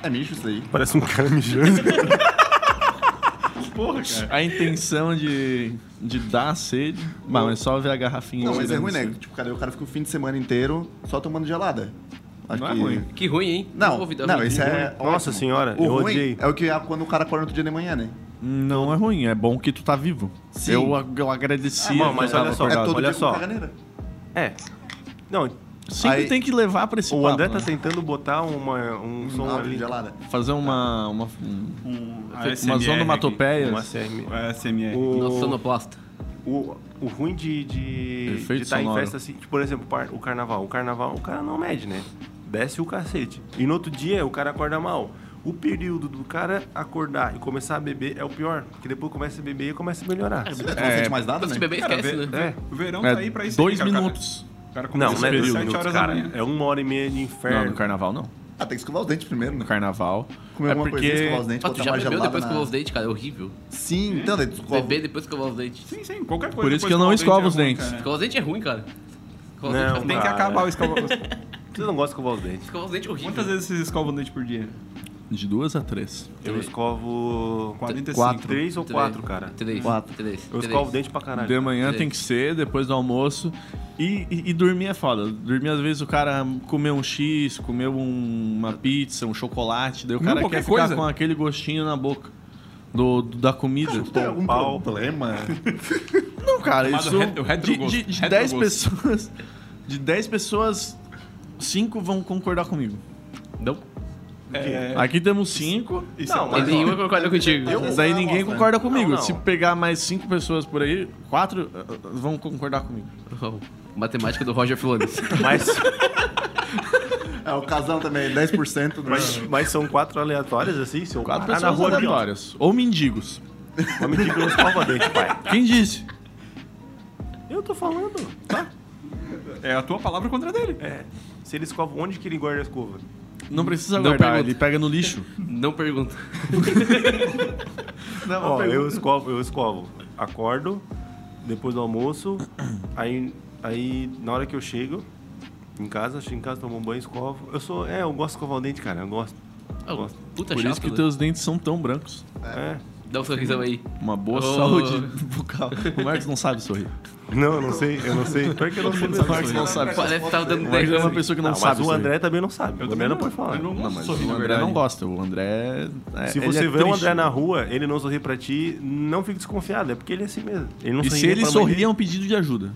Speaker 2: É mijo isso aí.
Speaker 1: Parece um cara mijando.
Speaker 4: Porra, cara.
Speaker 3: A intenção de, de dar sede. Bah, mas é só ver a garrafinha. assim.
Speaker 2: Não, mas é
Speaker 3: tirando
Speaker 2: ruim, né?
Speaker 3: sede.
Speaker 2: Tipo, cara, o cara fica o fim de semana inteiro só tomando gelada. Acho
Speaker 3: Não é
Speaker 2: que-
Speaker 3: ruim.
Speaker 5: Que ruim, hein?
Speaker 2: Não,
Speaker 5: ouvi da
Speaker 2: não,
Speaker 5: ruim.
Speaker 2: esse é.
Speaker 1: Nossa
Speaker 2: ótimo.
Speaker 1: senhora,
Speaker 2: o
Speaker 1: eu
Speaker 2: ruim
Speaker 1: odiei.
Speaker 2: É o que é quando o cara acorda outro dia de manhã, né?
Speaker 3: Não é ruim, é bom que tu tá vivo.
Speaker 2: Sim.
Speaker 3: Eu, ag- eu
Speaker 1: Ah,
Speaker 3: agradeci.
Speaker 1: bom,
Speaker 3: que eu
Speaker 1: mas
Speaker 3: tava
Speaker 1: olha só,
Speaker 3: acordado.
Speaker 2: é todo
Speaker 1: olha
Speaker 2: dia
Speaker 1: só.
Speaker 2: com caganeira.
Speaker 1: É. Não,
Speaker 3: Sempre
Speaker 2: Aí-
Speaker 3: tem que levar pra esse
Speaker 1: o
Speaker 3: papo,
Speaker 1: André tá
Speaker 3: né?
Speaker 1: tentando botar uma, um som
Speaker 2: Uma
Speaker 1: ali.
Speaker 2: gelada.
Speaker 3: Fazer uma. Uma, um,
Speaker 4: Um
Speaker 3: uma zona matopeias.
Speaker 1: Uma CM.
Speaker 4: SMR.
Speaker 5: Nossa,
Speaker 1: O,
Speaker 5: sonoplasta.
Speaker 1: o, o ruim de, de, de
Speaker 3: Efeito
Speaker 1: estar em
Speaker 3: sonoro.
Speaker 1: festa assim, tipo, por exemplo, par- o carnaval. O carnaval o cara não mede, né? Desce o cacete. E no outro dia o cara acorda mal. O período do cara acordar e começar a beber é o pior, porque depois começa a beber e começa a melhorar.
Speaker 2: Tu não sente mais nada,
Speaker 5: Mas
Speaker 2: né?
Speaker 5: se beber,
Speaker 4: Cara,
Speaker 5: esquece,
Speaker 4: vê-
Speaker 5: né?
Speaker 1: É.
Speaker 4: O verão
Speaker 3: É,
Speaker 4: tá aí pra isso.
Speaker 3: dois
Speaker 4: aí, cara.
Speaker 3: minutos.
Speaker 4: O cara
Speaker 1: Não,
Speaker 4: começa
Speaker 1: não é
Speaker 4: às
Speaker 1: dois
Speaker 4: 7
Speaker 1: minutos,
Speaker 4: horas da
Speaker 1: cara.
Speaker 4: manhã.
Speaker 1: É uma hora e meia de
Speaker 3: Não, no
Speaker 1: inferno.
Speaker 3: carnaval não.
Speaker 2: Ah, tem que escovar os dentes primeiro,
Speaker 3: No
Speaker 2: né?
Speaker 3: carnaval.
Speaker 2: Comer
Speaker 3: é
Speaker 2: alguma
Speaker 3: porque...
Speaker 2: coisinha, escovar os dentes,
Speaker 5: Ah, tu
Speaker 2: botar
Speaker 5: já
Speaker 2: uma
Speaker 5: bebeu
Speaker 2: gelada
Speaker 5: depois
Speaker 2: na...
Speaker 5: que
Speaker 1: né?
Speaker 5: escovou os dentes, cara? É horrível.
Speaker 2: Sim, então, daí tu escova...
Speaker 5: Beber depois que escovar os dentes.
Speaker 4: Sim, sim, qualquer coisa.
Speaker 3: Por isso
Speaker 4: depois
Speaker 3: que eu não
Speaker 4: escovar
Speaker 3: escovo
Speaker 4: o
Speaker 3: os
Speaker 4: dente é
Speaker 3: dentes.
Speaker 4: ruim, cara.
Speaker 5: Escovar os dentes é ruim, cara. Escovar os
Speaker 1: Não,
Speaker 5: dentes faz
Speaker 4: Tem
Speaker 5: mal.
Speaker 4: que
Speaker 1: Ah,
Speaker 4: acabar
Speaker 1: é.
Speaker 4: o escovar os dentes.
Speaker 1: Você não gosta de escovar os dentes.
Speaker 5: Escovar os dentes é horrível.
Speaker 4: Quantas vezes vocês escovam o dente por dia?
Speaker 3: De duas a três.
Speaker 1: Eu escovo
Speaker 4: 45.
Speaker 2: Quatro.
Speaker 1: três ou quatro, cara.
Speaker 5: Três.
Speaker 2: Quatro.
Speaker 5: Três.
Speaker 1: Eu
Speaker 5: três.
Speaker 1: escovo o dente pra caralho.
Speaker 3: De manhã
Speaker 5: Três.
Speaker 3: tem que ser, depois do almoço. E, e, e dormir é foda. Dormir, às vezes, o cara comeu um X, comeu um- uma pizza, um chocolate, daí o
Speaker 4: Comeu
Speaker 3: cara
Speaker 4: qualquer
Speaker 3: quer ficar
Speaker 4: coisa.
Speaker 3: com aquele gostinho na boca do, do- da comida.
Speaker 2: Tem algum
Speaker 1: Pau.
Speaker 2: problema?
Speaker 3: Não, cara,
Speaker 4: Chamado
Speaker 3: isso.
Speaker 4: re- o retrogosto.
Speaker 3: de, de, de
Speaker 4: Retrogosto.
Speaker 3: 10 pessoas. De 10 pessoas, 5 vão concordar comigo.
Speaker 5: Não.
Speaker 4: É,
Speaker 3: Aqui temos 5.
Speaker 4: isso é
Speaker 1: Não,
Speaker 5: Mas
Speaker 1: Mas, ó,
Speaker 5: nenhuma concorda contigo.
Speaker 2: eu-
Speaker 3: Daí
Speaker 2: Ah,
Speaker 3: ninguém
Speaker 2: nossa.
Speaker 3: concorda comigo.
Speaker 1: Não, não.
Speaker 3: Se pegar mais 5 pessoas por aí, 4 vão concordar comigo.
Speaker 5: Matemática do Roger Flores.
Speaker 1: Mas,
Speaker 2: É, o casal também, 10% do...
Speaker 1: mas, mas são quatro aleatórias, assim? Se eu
Speaker 3: 4
Speaker 1: parar na
Speaker 3: pessoas
Speaker 1: rua ali, ó,
Speaker 3: aleatórias. Ou mendigos.
Speaker 1: Vai me dizer que eu não escova dente, pai.
Speaker 3: Quem disse?
Speaker 1: Eu tô falando.
Speaker 4: é a tua palavra contra a dele.
Speaker 1: É. Se ele escova, onde que ele guarda a escova?
Speaker 3: Não precisa
Speaker 5: Não
Speaker 3: guardar,
Speaker 5: pergunta.
Speaker 3: ele pega no lixo.
Speaker 5: Não pergunta.
Speaker 3: Não,
Speaker 1: Ó, eu escovo, eu escovo. Acordo, depois do almoço, aí, aí na hora que eu chego em casa, chego em casa, tomo um banho, escovo. Eu sou. É, eu gosto de escovar o dente, cara. Eu gosto.
Speaker 5: Ah,
Speaker 1: Gosto.
Speaker 5: puta
Speaker 3: Por
Speaker 5: chato.
Speaker 3: isso que
Speaker 5: né?
Speaker 3: teus dentes são tão brancos.
Speaker 1: É.
Speaker 5: Dá um sorrisão aí.
Speaker 3: Uma boa
Speaker 5: Oh.
Speaker 3: saúde bucal. O Marcos não sabe sorrir.
Speaker 1: Não, eu não sei, eu não sei. Pior que eu não sei.
Speaker 3: O Marcos não sabe sorrir.
Speaker 5: Parece que tava dando
Speaker 3: O Marcos é
Speaker 5: 10
Speaker 3: uma pessoa que não,
Speaker 1: Não,
Speaker 3: sabe
Speaker 1: mas o
Speaker 3: sorrir.
Speaker 1: André também não sabe. O André não pode falar.
Speaker 4: Eu não
Speaker 3: Não,
Speaker 4: gosto de
Speaker 3: mas
Speaker 4: sorrir,
Speaker 3: o
Speaker 4: na
Speaker 3: André não
Speaker 4: verdade.
Speaker 3: gosta. O André. é-
Speaker 1: Se
Speaker 3: ele
Speaker 1: você
Speaker 3: é
Speaker 1: vê o
Speaker 3: triste.
Speaker 1: André na rua, ele não sorri pra ti, não fique desconfiado. É porque ele é assim mesmo. Ele não
Speaker 3: E
Speaker 1: sorri
Speaker 3: se
Speaker 1: nem
Speaker 3: ele
Speaker 1: pra mãe
Speaker 3: sorrir,
Speaker 1: dele,
Speaker 3: é um pedido de ajuda.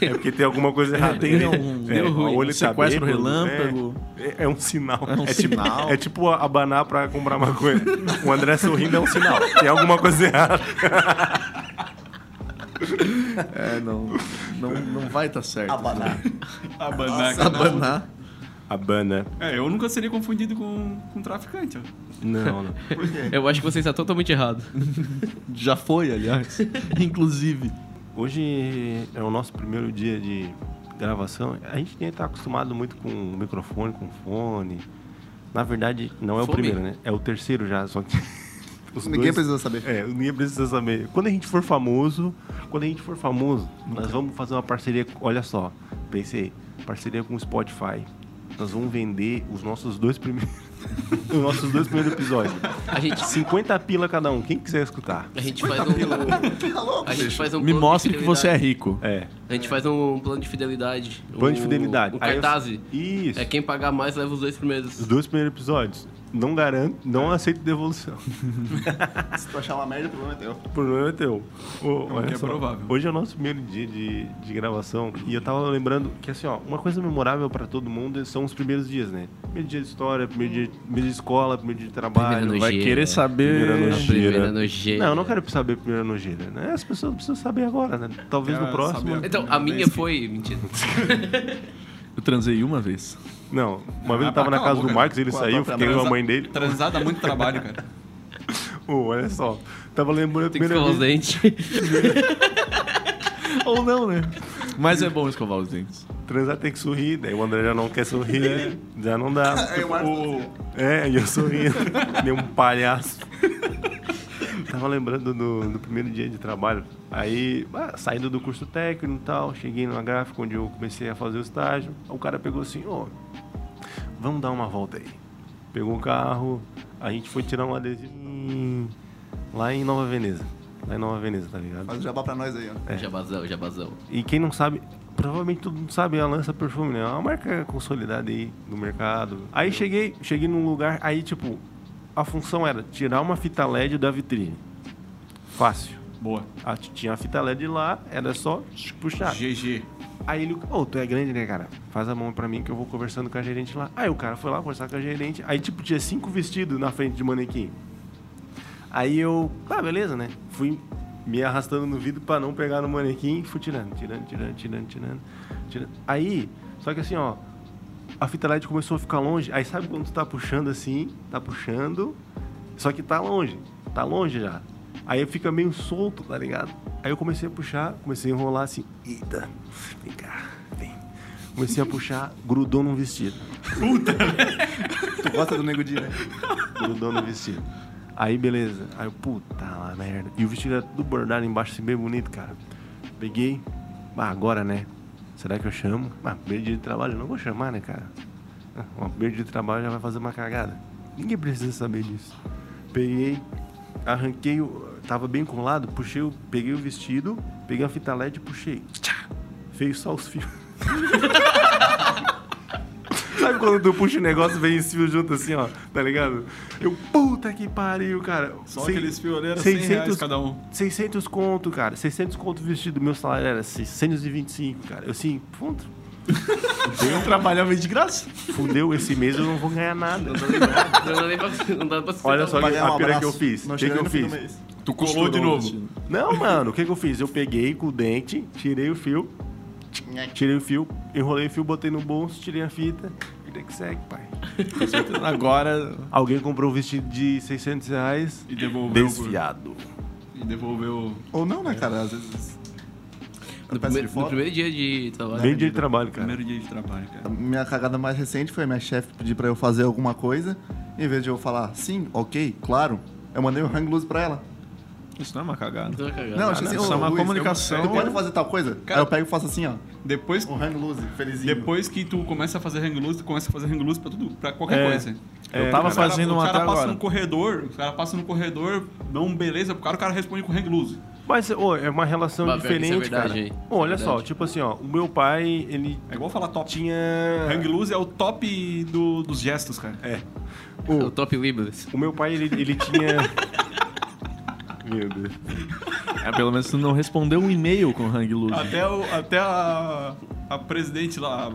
Speaker 1: É porque tem alguma coisa errada.
Speaker 3: tem um-
Speaker 1: é,
Speaker 3: deu ruim,
Speaker 1: olho
Speaker 3: um sequestro
Speaker 1: cabelo,
Speaker 3: relâmpago.
Speaker 1: É, é- é um sinal.
Speaker 3: É um sinal.
Speaker 1: Tipo, é tipo abanar pra comprar maconha. o André sorrindo é um sinal. Tem alguma coisa errada.
Speaker 3: É, não. Não, Ah, não vai estar certo.
Speaker 2: Abanar.
Speaker 4: Abanar, né, cara.
Speaker 3: Abanar.
Speaker 1: Abana.
Speaker 4: É, eu nunca seria confundido com, com traficante. ó.
Speaker 1: Não, não.
Speaker 5: Eu acho que você está totalmente errado.
Speaker 3: Já foi, aliás. Inclusive.
Speaker 1: Hoje é o nosso primeiro dia de gravação. A gente nem tá acostumado muito com microfone, com fone. Na verdade, não é o
Speaker 5: Fome.
Speaker 1: primeiro, né? É o terceiro já, só que. os
Speaker 2: Ninguém
Speaker 1: dois-
Speaker 2: precisa saber.
Speaker 1: É, ninguém precisa saber. Quando a gente for famoso, quando a gente for famoso, nós vamos fazer uma parceria. com- Olha só, pensei, parceria com o Spotify. Nós vamos vender os nossos dois primeiros. os nossos dois primeiros episódios.
Speaker 5: A gente,
Speaker 1: 50 pila cada um, quem quiser escutar.
Speaker 5: a gente faz um.
Speaker 2: Tá louco,
Speaker 5: A gente
Speaker 2: bicho?
Speaker 5: faz um
Speaker 3: Me
Speaker 5: plano de
Speaker 3: mostre que você é
Speaker 5: fidelidade.
Speaker 3: rico.
Speaker 1: É.
Speaker 5: A gente faz um plano de fidelidade.
Speaker 1: Plano de
Speaker 5: O-
Speaker 1: fidelidade.
Speaker 5: O
Speaker 1: Aí eu-
Speaker 5: cartaz.
Speaker 1: Isso.
Speaker 5: É quem pagar mais leva os dois primeiros.
Speaker 1: Os dois primeiros episódios. Não garanto, não aceito devolução.
Speaker 2: Se tu achar uma merda, o problema é teu.
Speaker 1: O problema é teu. O,
Speaker 4: que é provável.
Speaker 1: Hoje é o nosso primeiro dia de, de gravação e eu tava lembrando que, assim, ó, uma coisa memorável pra todo mundo são os primeiros dias, né? Primeiro dia de história, primeiro dia, primeiro dia de escola, primeiro dia de trabalho.
Speaker 5: Primeira
Speaker 3: Vai
Speaker 5: Nojeira.
Speaker 3: querer saber.
Speaker 1: Primeira
Speaker 5: A primeira nojeira.
Speaker 1: Não, eu não quero saber primeira nojeira, né? As pessoas precisam saber agora, né? Talvez
Speaker 4: Quero
Speaker 1: no próximo.
Speaker 4: Ah, saber.
Speaker 5: Então, a minha foi. Mentira.
Speaker 3: Eu transei uma vez.
Speaker 1: Não, uma vez
Speaker 4: Ah,
Speaker 1: eu tava na
Speaker 4: cala a
Speaker 1: casa do
Speaker 4: boca.
Speaker 1: Marcos, ele
Speaker 2: Com a
Speaker 1: saiu,
Speaker 2: própria
Speaker 1: fiquei com a
Speaker 4: Transa-
Speaker 1: mãe dele.
Speaker 4: Transar dá muito trabalho, cara.
Speaker 1: Ô, olha só. Tava lembrando a
Speaker 5: Tem que
Speaker 1: primeira
Speaker 5: escovar os
Speaker 1: vez.
Speaker 5: dentes.
Speaker 3: Ou não, né? Mas é bom escovar os dentes.
Speaker 1: Transar tem que sorrir, daí o André já não quer sorrir, né? já não dá.
Speaker 2: Aí o Marcos
Speaker 1: O- É, e eu sorrindo, nem um palhaço. Tava lembrando do, do primeiro dia de trabalho. Aí, ah, saindo do curso técnico e tal, cheguei numa gráfica onde eu comecei a fazer o estágio. O cara pegou assim, ô, vamos dar uma volta aí. Pegou o carro, a gente foi tirar um adesivo em- lá em Nova Veneza. Lá em Nova Veneza, tá ligado?
Speaker 2: Faz o jabá pra nós aí, ó.
Speaker 5: Jabazão, jabazão.
Speaker 1: E quem não sabe, provavelmente todo mundo sabe a Lança Perfume, né? É uma marca consolidada aí no mercado. Aí cheguei, cheguei num lugar, aí tipo, a função era tirar uma fita LED da vitrine. Fácil.
Speaker 4: Boa.
Speaker 1: A- tinha a fita LED lá, era só puxar.
Speaker 4: GG.
Speaker 1: Aí ele, ô, tu é grande, né, cara? Faz a mão pra mim que eu vou conversando com a gerente lá. Aí o cara foi lá conversar com a gerente. Aí, tipo, tinha cinco vestidos na frente de manequim. Aí eu, ah, beleza, né? Fui me arrastando no vidro pra não pegar no manequim. Fui tirando, tirando, tirando, tirando, tirando. tirando. Aí, só que assim, ó, a fita LED começou a ficar longe. Aí sabe quando tu tá puxando assim, tá puxando, só que tá longe, tá longe já. Aí fica meio solto, tá ligado? Aí eu comecei a puxar, comecei a enrolar assim, eita, vem cá, vem. Comecei a puxar, grudou num vestido,
Speaker 2: Tu gosta do Nego Di, né?
Speaker 1: grudou no vestido. Aí beleza, aí eu, puta lá, merda. E o vestido era tudo bordado embaixo, assim, bem bonito, cara. Peguei, ah, agora né? Será que eu chamo? Ah, primeiro dia de trabalho, eu não vou chamar, né, cara? Ah, Uma perda de trabalho já vai fazer uma cagada. Ninguém precisa saber disso. Peguei, arranquei, o, tava bem colado, puxei, o- peguei o vestido, peguei a fita LED e puxei. Tchá! Fez só os fios. Sabe quando tu puxa o negócio, vem os fios junto assim, ó, tá ligado? Eu, puta que pariu, cara.
Speaker 4: Só
Speaker 1: Sem-
Speaker 4: aqueles pioreiros, 100 reais cada um.
Speaker 1: 600 conto, cara. 600 conto vestido. Meu salário era 625, cara. Eu assim, ponto.
Speaker 3: Eu trabalhava de graça.
Speaker 1: Fudeu, esse mês eu não vou ganhar nada.
Speaker 5: Não dá nem pra, não dá pra sustentar
Speaker 1: Olha só
Speaker 5: o
Speaker 1: que-
Speaker 2: Pagar um
Speaker 1: a pira
Speaker 2: abraço.
Speaker 1: que eu fiz.
Speaker 2: Não
Speaker 1: O que que
Speaker 2: cheguei
Speaker 1: eu
Speaker 2: no fim do
Speaker 1: fiz?
Speaker 2: mês.
Speaker 4: Tu colou de novo.
Speaker 1: Não, mano, o que, que eu fiz? Eu peguei com o dente, tirei o fio, tirei o fio, enrolei o fio, botei no bolso, tirei a fita. Vida que segue, pai.
Speaker 3: Agora.
Speaker 1: Alguém comprou um vestido de 600 reais
Speaker 4: E devolveu.
Speaker 1: desfiado.
Speaker 4: E devolveu.
Speaker 2: Ou não, né, cara? Às vezes.
Speaker 5: No,
Speaker 2: Quando peça de
Speaker 5: prime- no
Speaker 2: foto.
Speaker 5: primeiro dia de trabalho.
Speaker 1: Bem dia de trabalho, cara.
Speaker 4: Primeiro dia de trabalho, cara.
Speaker 2: A minha cagada mais recente foi minha chefe pedir pra eu fazer alguma coisa. Em vez de eu falar sim, ok, claro, eu mandei o hang loose pra ela.
Speaker 3: Isso não é uma cagada.
Speaker 5: Não, cagada.
Speaker 2: Não, eu achei assim,
Speaker 3: isso
Speaker 2: ô,
Speaker 3: é uma
Speaker 2: Luiz,
Speaker 3: comunicação.
Speaker 2: Tu pode fazer tal coisa?
Speaker 4: Cara-
Speaker 2: Aí eu pego e faço assim, ó.
Speaker 4: Depois,
Speaker 2: Um hang loose, felizinho.
Speaker 4: depois que tu começa a fazer hang loose, tu começa a fazer hang loose pra tudo, pra qualquer
Speaker 1: É.
Speaker 4: coisa.
Speaker 3: eu tava
Speaker 4: O cara-
Speaker 3: fazendo
Speaker 4: o
Speaker 3: uma até
Speaker 4: cara passa um
Speaker 3: agora.
Speaker 4: no corredor, o cara passa no corredor, dá um beleza pro cara, o cara responde com hang loose.
Speaker 1: Mas ô, é uma relação
Speaker 5: Bah, pior que isso é
Speaker 1: diferente,
Speaker 5: verdade,
Speaker 1: cara.
Speaker 5: hein? Isso
Speaker 1: Ô,
Speaker 5: é
Speaker 1: olha só,
Speaker 5: verdade.
Speaker 1: tipo assim, ó, o meu pai, ele
Speaker 4: É igual falar top.
Speaker 1: tinha.
Speaker 4: Hang loose é o top do- dos gestos, cara.
Speaker 1: É.
Speaker 5: É
Speaker 1: O,
Speaker 5: O top Libras.
Speaker 1: o meu pai, ele, ele tinha. meu Deus.
Speaker 3: É, pelo menos tu não respondeu um e-mail com hang loose.
Speaker 4: Até, o- até a, a presidente lá,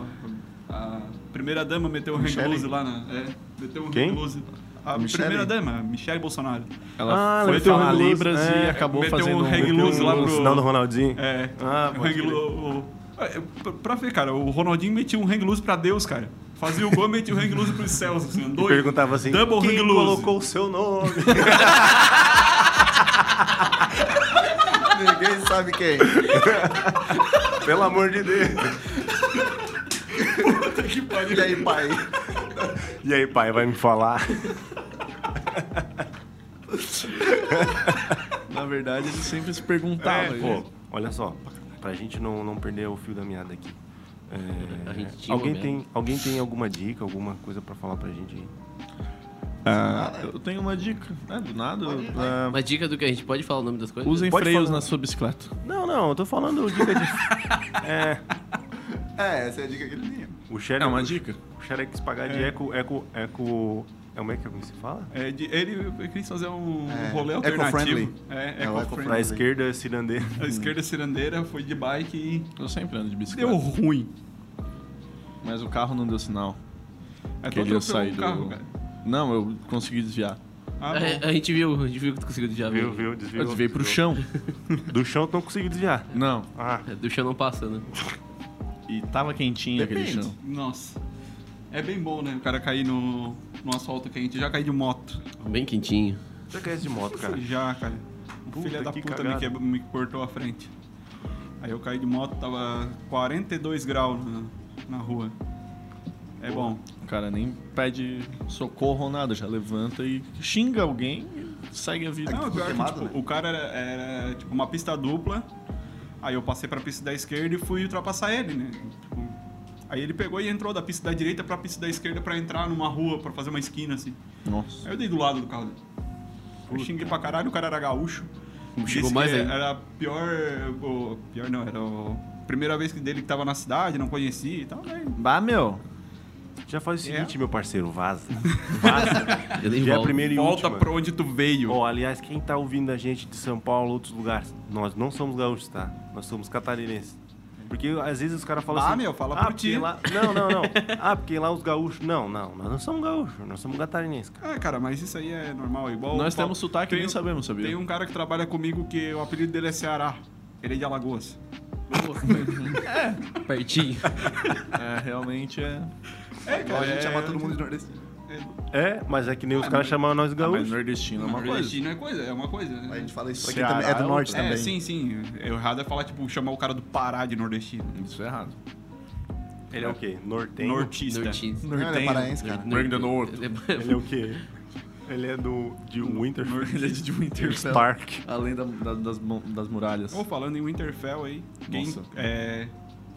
Speaker 4: a, a primeira dama meteu o hang
Speaker 2: Michele?
Speaker 4: loose lá na. É, meteu um
Speaker 1: Quem?
Speaker 4: hang loose. A
Speaker 2: Michele?
Speaker 4: primeira dama, Michele Bolsonaro.
Speaker 3: Ela
Speaker 1: Ah,
Speaker 3: foi
Speaker 1: meteu
Speaker 3: falar
Speaker 1: hang loose,
Speaker 3: libras
Speaker 1: é,
Speaker 3: e acabou
Speaker 4: meteu um
Speaker 3: fazendo
Speaker 4: hang
Speaker 1: Tem
Speaker 4: loose lá
Speaker 1: um
Speaker 4: pro-
Speaker 1: sinal do Ronaldinho.
Speaker 4: É.
Speaker 1: Ah,
Speaker 4: o
Speaker 1: pode
Speaker 4: hang
Speaker 1: crer.
Speaker 4: lo- o- é, pra- Pra ver, cara, o Ronaldinho metia um hang loose pra Deus, cara. Fazia o gol, metia o hang loose pros céus, assim,
Speaker 1: E
Speaker 4: doido.
Speaker 1: perguntava assim,
Speaker 4: Double
Speaker 1: quem
Speaker 4: hang loose.
Speaker 1: colocou o seu nome?
Speaker 2: Ninguém sabe quem. é.
Speaker 1: Pelo amor de Deus.
Speaker 2: E aí, pai?
Speaker 1: E aí, pai, vai me falar?
Speaker 3: Ah, Na verdade, ele sempre se perguntava.
Speaker 1: Pô, olha só, pra gente não, não perder o fio da meada aqui. É,
Speaker 5: A gente tinha
Speaker 1: alguém,
Speaker 5: uma
Speaker 1: tem, alguém tem alguma dica, alguma coisa pra falar pra gente aí?
Speaker 3: Ah, eu tenho uma dica. É, do nada. ah,
Speaker 5: Uma dica do que a gente pode falar o nome das coisas?
Speaker 3: usem
Speaker 1: Pode
Speaker 3: freios
Speaker 1: falar.
Speaker 3: na sua bicicleta.
Speaker 1: Não, não, eu tô falando dica de... é,
Speaker 2: É, essa é a dica que ele tinha.
Speaker 1: o Sherry,
Speaker 3: É uma dica.
Speaker 1: O Sherry quis pagar de eco, eco, eco, É como é que é como se fala?
Speaker 4: É de- ele ele quis fazer um
Speaker 2: É,
Speaker 4: rolê
Speaker 2: eco-friendly.
Speaker 4: alternativo. É,
Speaker 2: É, o
Speaker 4: eco-friendly.
Speaker 1: Pra esquerda, cirandeira.
Speaker 4: A esquerda cirandeira foi de bike e
Speaker 3: Eu sempre ando de bicicleta.
Speaker 4: deu ruim.
Speaker 3: Mas o carro não deu sinal.
Speaker 4: É
Speaker 3: que
Speaker 4: todo
Speaker 3: ele ia sair
Speaker 4: o
Speaker 3: do...
Speaker 4: carro, cara.
Speaker 3: Não, eu consegui desviar.
Speaker 4: Ah, bom.
Speaker 5: A, a gente viu, a gente viu que tu conseguiu desviar.
Speaker 1: Viu,
Speaker 5: né?
Speaker 1: viu, desviou.
Speaker 3: Eu desviei pro
Speaker 1: desviou.
Speaker 3: chão.
Speaker 1: Do chão tu não conseguiu desviar.
Speaker 3: Não.
Speaker 1: Ah,
Speaker 5: É, do chão não passa, né?
Speaker 3: E tava quentinho aquele
Speaker 2: Depende.
Speaker 3: chão.
Speaker 4: Nossa. É bem bom, né? O cara cair no, no asfalto quente. Já caí de moto.
Speaker 5: Bem quentinho.
Speaker 1: já que é de moto, cara.
Speaker 4: Já, cara.
Speaker 1: Puta,
Speaker 4: Filha da
Speaker 1: que
Speaker 4: puta me,
Speaker 1: cagada.
Speaker 4: quebrou, me cortou a frente. Aí eu caí de moto, tava 42 graus na, na rua. É bom.
Speaker 3: O cara nem pede socorro ou nada, já levanta e xinga alguém e segue a vida.
Speaker 4: Não, pior que,
Speaker 2: queimado,
Speaker 4: tipo,
Speaker 2: né?
Speaker 4: o cara era, era, tipo uma pista dupla. Aí eu passei pra pista da esquerda e fui ultrapassar ele, né? Tipo, aí ele pegou e entrou da pista da direita pra pista da esquerda pra entrar numa rua, pra fazer uma esquina, assim.
Speaker 3: Nossa.
Speaker 4: Aí eu dei do lado do carro dele. Eu xinguei pra caralho, o cara era gaúcho.
Speaker 5: Xingou
Speaker 4: Disse
Speaker 5: mais
Speaker 4: que
Speaker 5: ainda.
Speaker 4: Era a pior. o- pior não, era a primeira vez que dele que tava na cidade, não conhecia e tal, né?
Speaker 3: Bah, meu.
Speaker 1: Já faz o
Speaker 4: É.
Speaker 1: seguinte, meu parceiro, vaza. Vaza.
Speaker 5: Eu nem
Speaker 1: Já é a
Speaker 5: volto.
Speaker 1: primeira e
Speaker 4: Volta
Speaker 1: última.
Speaker 4: pra onde tu veio.
Speaker 1: Ó, aliás, quem tá ouvindo a gente de São Paulo, outros lugares, nós não somos gaúchos, tá? Nós somos catarinenses. Porque às vezes os caras falam
Speaker 4: Ah,
Speaker 1: assim...
Speaker 4: meu, fala
Speaker 1: ah,
Speaker 4: por
Speaker 1: porque
Speaker 4: ti."
Speaker 1: Lá... Não, não, não. ah, porque lá os gaúchos... Não, não, nós não somos gaúchos, nós somos catarinenses, cara.
Speaker 4: Ah, cara, mas isso aí é normal, é igual.
Speaker 3: Nós
Speaker 4: fal-
Speaker 3: temos sotaque e
Speaker 4: tem-
Speaker 3: nem sabemos, sabia?
Speaker 4: Tem um cara que trabalha comigo que o apelido dele é Ceará. Ele é de Alagoas.
Speaker 5: Pertinho.
Speaker 3: É, realmente é...
Speaker 4: É,
Speaker 2: Igual a gente chama todo mundo de nordestino.
Speaker 1: É, mas é que nem os caras chamam nós
Speaker 3: Ah, mas
Speaker 1: gaúchos.
Speaker 3: nordestino é uma coisa.
Speaker 4: Nordestino é coisa, é uma coisa.
Speaker 2: A gente fala isso pra
Speaker 3: Ceará
Speaker 2: quem também é do
Speaker 3: é
Speaker 2: norte
Speaker 3: outro.
Speaker 4: É,
Speaker 2: também.
Speaker 4: sim, sim. É errado é falar, tipo, chamar o cara do Pará de nordestino.
Speaker 3: Isso é errado.
Speaker 1: Ele é o quê? Nortenho?
Speaker 4: Nortista.
Speaker 5: Nortista.
Speaker 2: Não, ele é paraense, cara.
Speaker 3: Ring the North.
Speaker 1: Ele é o quê? Ele é do... De Winterfell.
Speaker 3: Ele é de Winterfell.
Speaker 1: Park.
Speaker 3: Além da- da- das, mon- das muralhas.
Speaker 4: Ou falando em Winterfell aí, quem,
Speaker 3: Nossa.
Speaker 4: é,